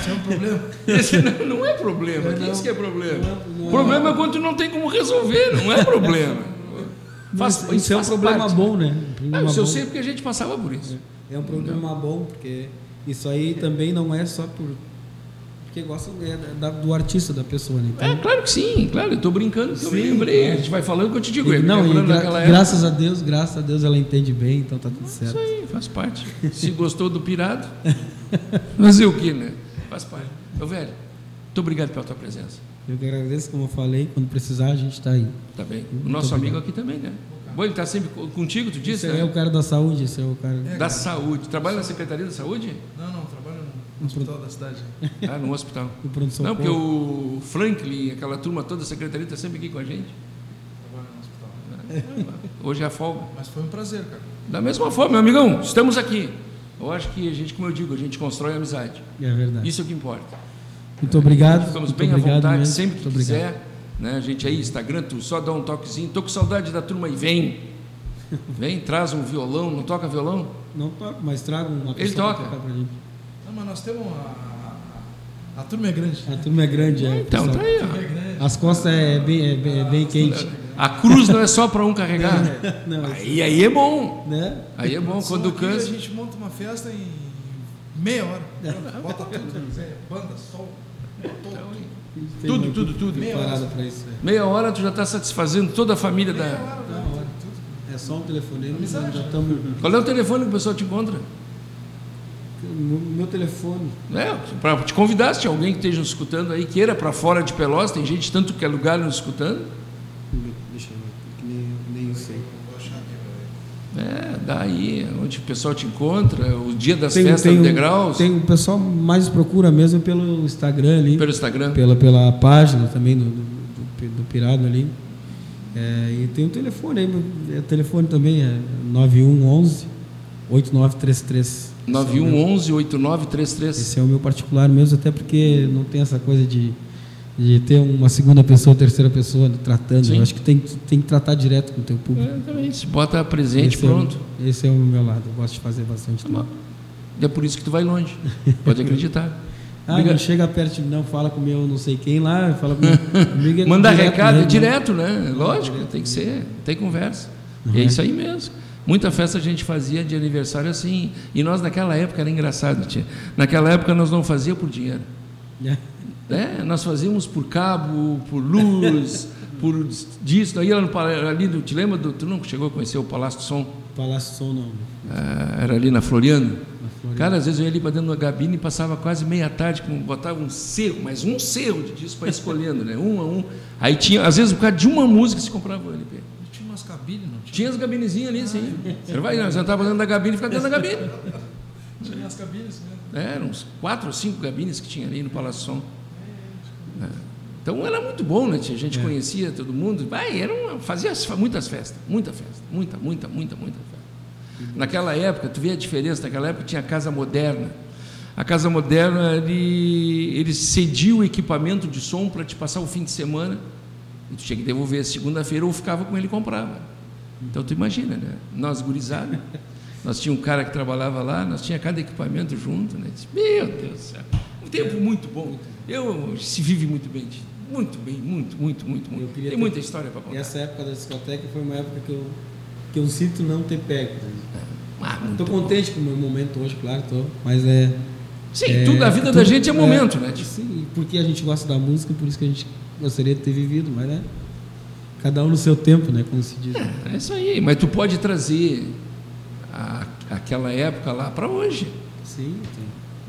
Isso é um problema.
Esse não, não é problema. Quem disse que é problema?
não é- não é-
problema é quando tu não tem como resolver, não é problema. Faz-
Isso, é um
faz
problema
parte.
bom, né?
Ah,
Problema
isso eu
bom.
sei porque a gente passava por isso.
É um problema bom, porque isso aí também não é só por. Porque gosta é da- do artista, da pessoa, né? Então,
É, claro que sim, claro, eu tô brincando, que eu me
Sim,
lembrei.
claro.
A gente vai tá falando que eu te digo,
e-
eu me
não, e
lembrando
gra-
daquela época.
graças a Deus, graças a Deus ela entende bem, então tá tudo certo.
Isso aí, faz parte. Se gostou do pirado, fazer o que, né? Faz parte. Meu velho, muito obrigado pela tua presença.
Eu que agradeço, como eu falei, quando precisar a gente tá aí.
Tá bem? O
Muito
nosso amigo
obrigado.
aqui também, né? Bom, ele tá sempre co- contigo, tu
Esse
disse,
aí é o
né?
cara da saúde, esse é o cara.
Da saúde. Trabalha na Secretaria da Saúde?
Não, não, trabalho no hospital da cidade.
Ah, no hospital.
do pronto
Não,
socorro.
porque o Franklin, aquela turma toda, a secretaria, está sempre aqui com a gente.
Trabalho no hospital.
Hoje é a folga.
Mas foi um prazer, cara.
Da mesma forma, meu amigão, estamos aqui. Eu acho que a gente, como eu digo, a gente constrói amizade.
É verdade.
Isso é o que importa.
Muito obrigado.
Ficamos
muito
bem à
obrigado
vontade
mesmo,
sempre que
muito obrigado.
quiser. Né? A gente aí, Instagram, tu só dá um toquezinho. Tô com saudade da turma e vem. Vem, traz um violão, não toca violão?
Não toco, mas trago uma pessoa
toca.
pra tocar pra gente.
Não, mas nós temos a- a. A, a turma é grande.
A turma é grande, é.
Então, tá
pessoal.
aí,
É
ó.
grande.
As costas é bem, é bem, é bem quente.
A cruz não é só para um carregar.
Não, mas-
Aí, aí é bom.
né?
Aí é bom,
São
quando
aqui, A
cansa.
gente monta uma festa em meia hora. Bota tudo. é, Banda, sol. Todo, tudo.
Tem
Tudo,
uma
tudo, tudo.
Preparada para isso. é.
Meia hora tu já está satisfazendo toda a família da.
É só um telefonema, já estamos.
Qual é o telefone que o pessoal te encontra?
Meu, meu telefone.
É, para te convidar, se tinha alguém que esteja nos escutando aí, queira para fora de Pelotas, tem gente de tanto que é lugar nos escutando.
Deixa eu ver, que nem, nem eu sei.
É, daí, onde o pessoal te encontra, o dia das
Tem-
festas
tem
do
um-
Degraus,
Tem um- o pessoal mais procura mesmo pelo Instagram ali,
pelo Instagram.
pela, pela página também do, do, do pi- do Pirado ali. É, e tem o telefone aí, meu- é, o telefone também é 9111 8933. Esse é o meu-
9111-8933.
Esse é o meu particular mesmo, até porque não tem essa coisa de, de ter uma segunda pessoa, terceira pessoa tratando.
Sim.
Eu acho que tem, que- tem que tratar direto com o teu público.
Exatamente, bota presente,
Esse é o-
pronto.
esse é o meu lado, eu gosto de fazer bastante.
Tá
também.
bom. E é por isso que tu vai longe, pode acreditar.
Ah, não
Obrigado.
chega perto de mim, não, fala com o meu não sei quem lá, fala com comigo. é
Mandar
direto
recado é
mesmo, né?
direto, né? Lógico, tem que ser, tem conversa.
Uhum.
E é isso aí mesmo. Muita festa a gente fazia de aniversário assim. E nós naquela época era engraçado, tia. Naquela época nós não fazia por dinheiro. né? Nós fazíamos por cabo, por luz, por disso. Aí lá no, pala- ali, no- te lembra do. Tu não chegou a conhecer o Palácio do Som?
Palácio Som não.
Ah, era ali na Floriano.
Na Floriano.
Cara, às vezes eu ia ali para dentro da gabine e passava quase meia tarde, com, botava um cerro, mas um cerro de disco para escolhendo, né? Um a um. Aí tinha, às vezes, por causa de uma música se comprava o LP.
Tinha umas cabines, não tinha?
Tinha as assim. né? gabinezinhas ali, sim. Você vai, não, você entrava dentro da gabine e ficava dentro da gabine.
Tinha umas cabines mesmo.
né?
Eram uns quatro ou cinco gabines que tinha ali no Palácio Som. É. Então era muito bom, né, tia? A
É.
gente conhecia todo mundo. Vai, era uma, fazia as- muitas festas, muita festa, muita, muita, muita, muita festa. Naquela época, tu vê a diferença, naquela época tinha a Casa Moderna. A Casa Moderna, ele, ele cedia o equipamento de som para te passar o fim de semana. E tu tinha que devolver segunda-feira ou ficava com ele e comprava. Então tu imagina, né? Nós gurizados, nós tinha um cara que trabalhava lá, nós tinha cada equipamento junto, né? Disse, Meu Deus do céu, um tempo muito bom. Eu se vive muito bem, Tito. muito bem, muito, muito, muito, muito.
Eu queria
Tem
ter-
muita história para contar.
E essa época da discoteca foi uma época que eu, que eu sinto não ter pego.
Ah,
Estou
muito bom.
contente com o meu momento hoje, claro, tô, mas é.
Sim,
é,
tudo a vida da
tudo-
gente é momento, né? Tito?
Sim, porque a gente gosta da música, por isso que a gente gostaria de ter vivido, mas né? Cada um no seu tempo, né? Como se diz. né?
É isso aí, mas tu pode trazer a- aquela época lá para hoje.
Sim, tem.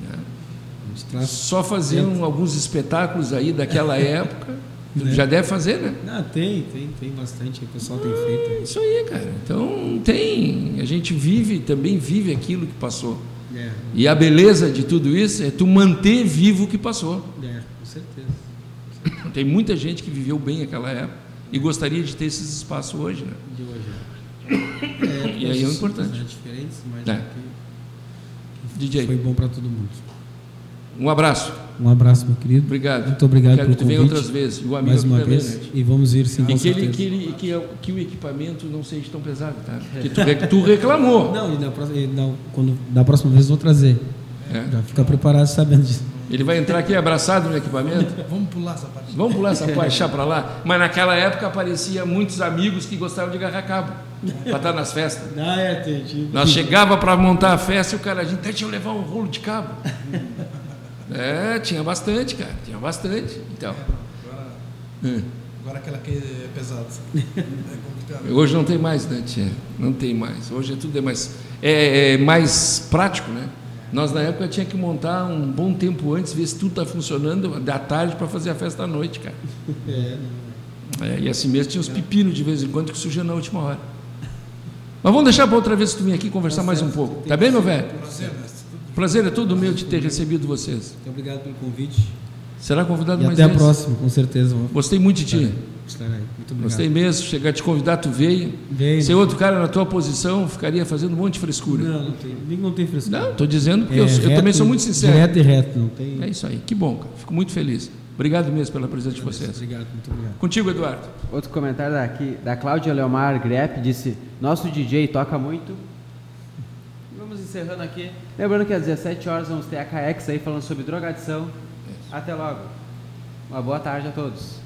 né?
A gente traz.
Só fazer um- alguns espetáculos aí daquela época, tu
Né?
já deve fazer, né?
Ah, tem, tem, tem bastante, o pessoal tem
É
feito.
isso aí, cara. Então tem. A gente vive, também vive aquilo que passou.
É,
E a beleza de tudo isso é tu manter vivo o que passou.
é, com certeza.
Tem muita gente que viveu bem aquela época e gostaria de ter esses espaços hoje, né?
de hoje. É,
E aí é o
coisas
importante.
né, diferentes, mas
É.
é que foi
DJ,
bom para todo mundo.
um abraço.
Um abraço, meu querido.
Obrigado.
Muito obrigado
Quero
pelo
que tu venha
convite.
outras vezes. E o amigo
Mais
aqui
uma
também,
vez.
né?
E vamos ir sim,
E
com
que, ele,
certeza.
que, ele- que é- que o equipamento não seja tão pesado, tá? Que tu, re- tu reclamou.
É. Não, e na próxima, e na- quando, da próxima vez eu vou trazer.
É.
Já fica preparado sabendo disso.
Ele vai entrar aqui abraçado no equipamento.
Vamos pular essa parte.
Vamos pular essa paixá para lá. Mas naquela época aparecia muitos amigos que gostavam de agarrar cabo para estar nas festas.
Ah, é, Tente.
Nós chegava para montar a festa e o cara, a gente "Tá, deixa eu levar um rolo de cabo. É, tinha bastante, cara, tinha bastante. Então,
Agora,
hum,
agora aquela que é pesada. É complicado.
hoje não tem mais, né, tia? Não tem mais. Hoje é tudo é mais, é, é mais prático, né? Nós na época tinha que montar um bom tempo antes, ver se tudo está funcionando da tarde para fazer a festa à noite, cara.
É,
É, e assim mesmo tinha uns pepinos de vez em quando que surgiam na última hora. Mas vamos deixar para outra vez que tu vir aqui conversar mais um pouco. Tá bem, meu velho?
Prazer, mestre. Tudo
Prazer é todo meu de ter recebido vocês.
muito obrigado pelo convite.
Será convidado
E
mais
até a
vezes.
próxima, com certeza. Vou
Gostei muito de ti.
estar aí. Muito obrigado.
Gostei mesmo. Chegar a te convidar, tu veio.
Veio.
Se outro cara na tua posição, ficaria fazendo um monte de frescura.
Não, não tem. Comigo não tem frescura.
Não, estou dizendo porque
É,
eu, eu
reto,
também sou muito sincero.
Direto e reto, não tem.
É isso aí. Que bom, cara. Fico muito feliz. Obrigado mesmo pela presença de vocês.
Obrigado, muito obrigado.
Contigo, Eduardo.
Outro comentário daqui, da Cláudia Leomar Grepp, disse: Nosso DJ toca muito. Vamos encerrando aqui. Lembrando que às 17 horas vamos ter a KX aí falando sobre drogadição. Até logo. Uma boa tarde a todos.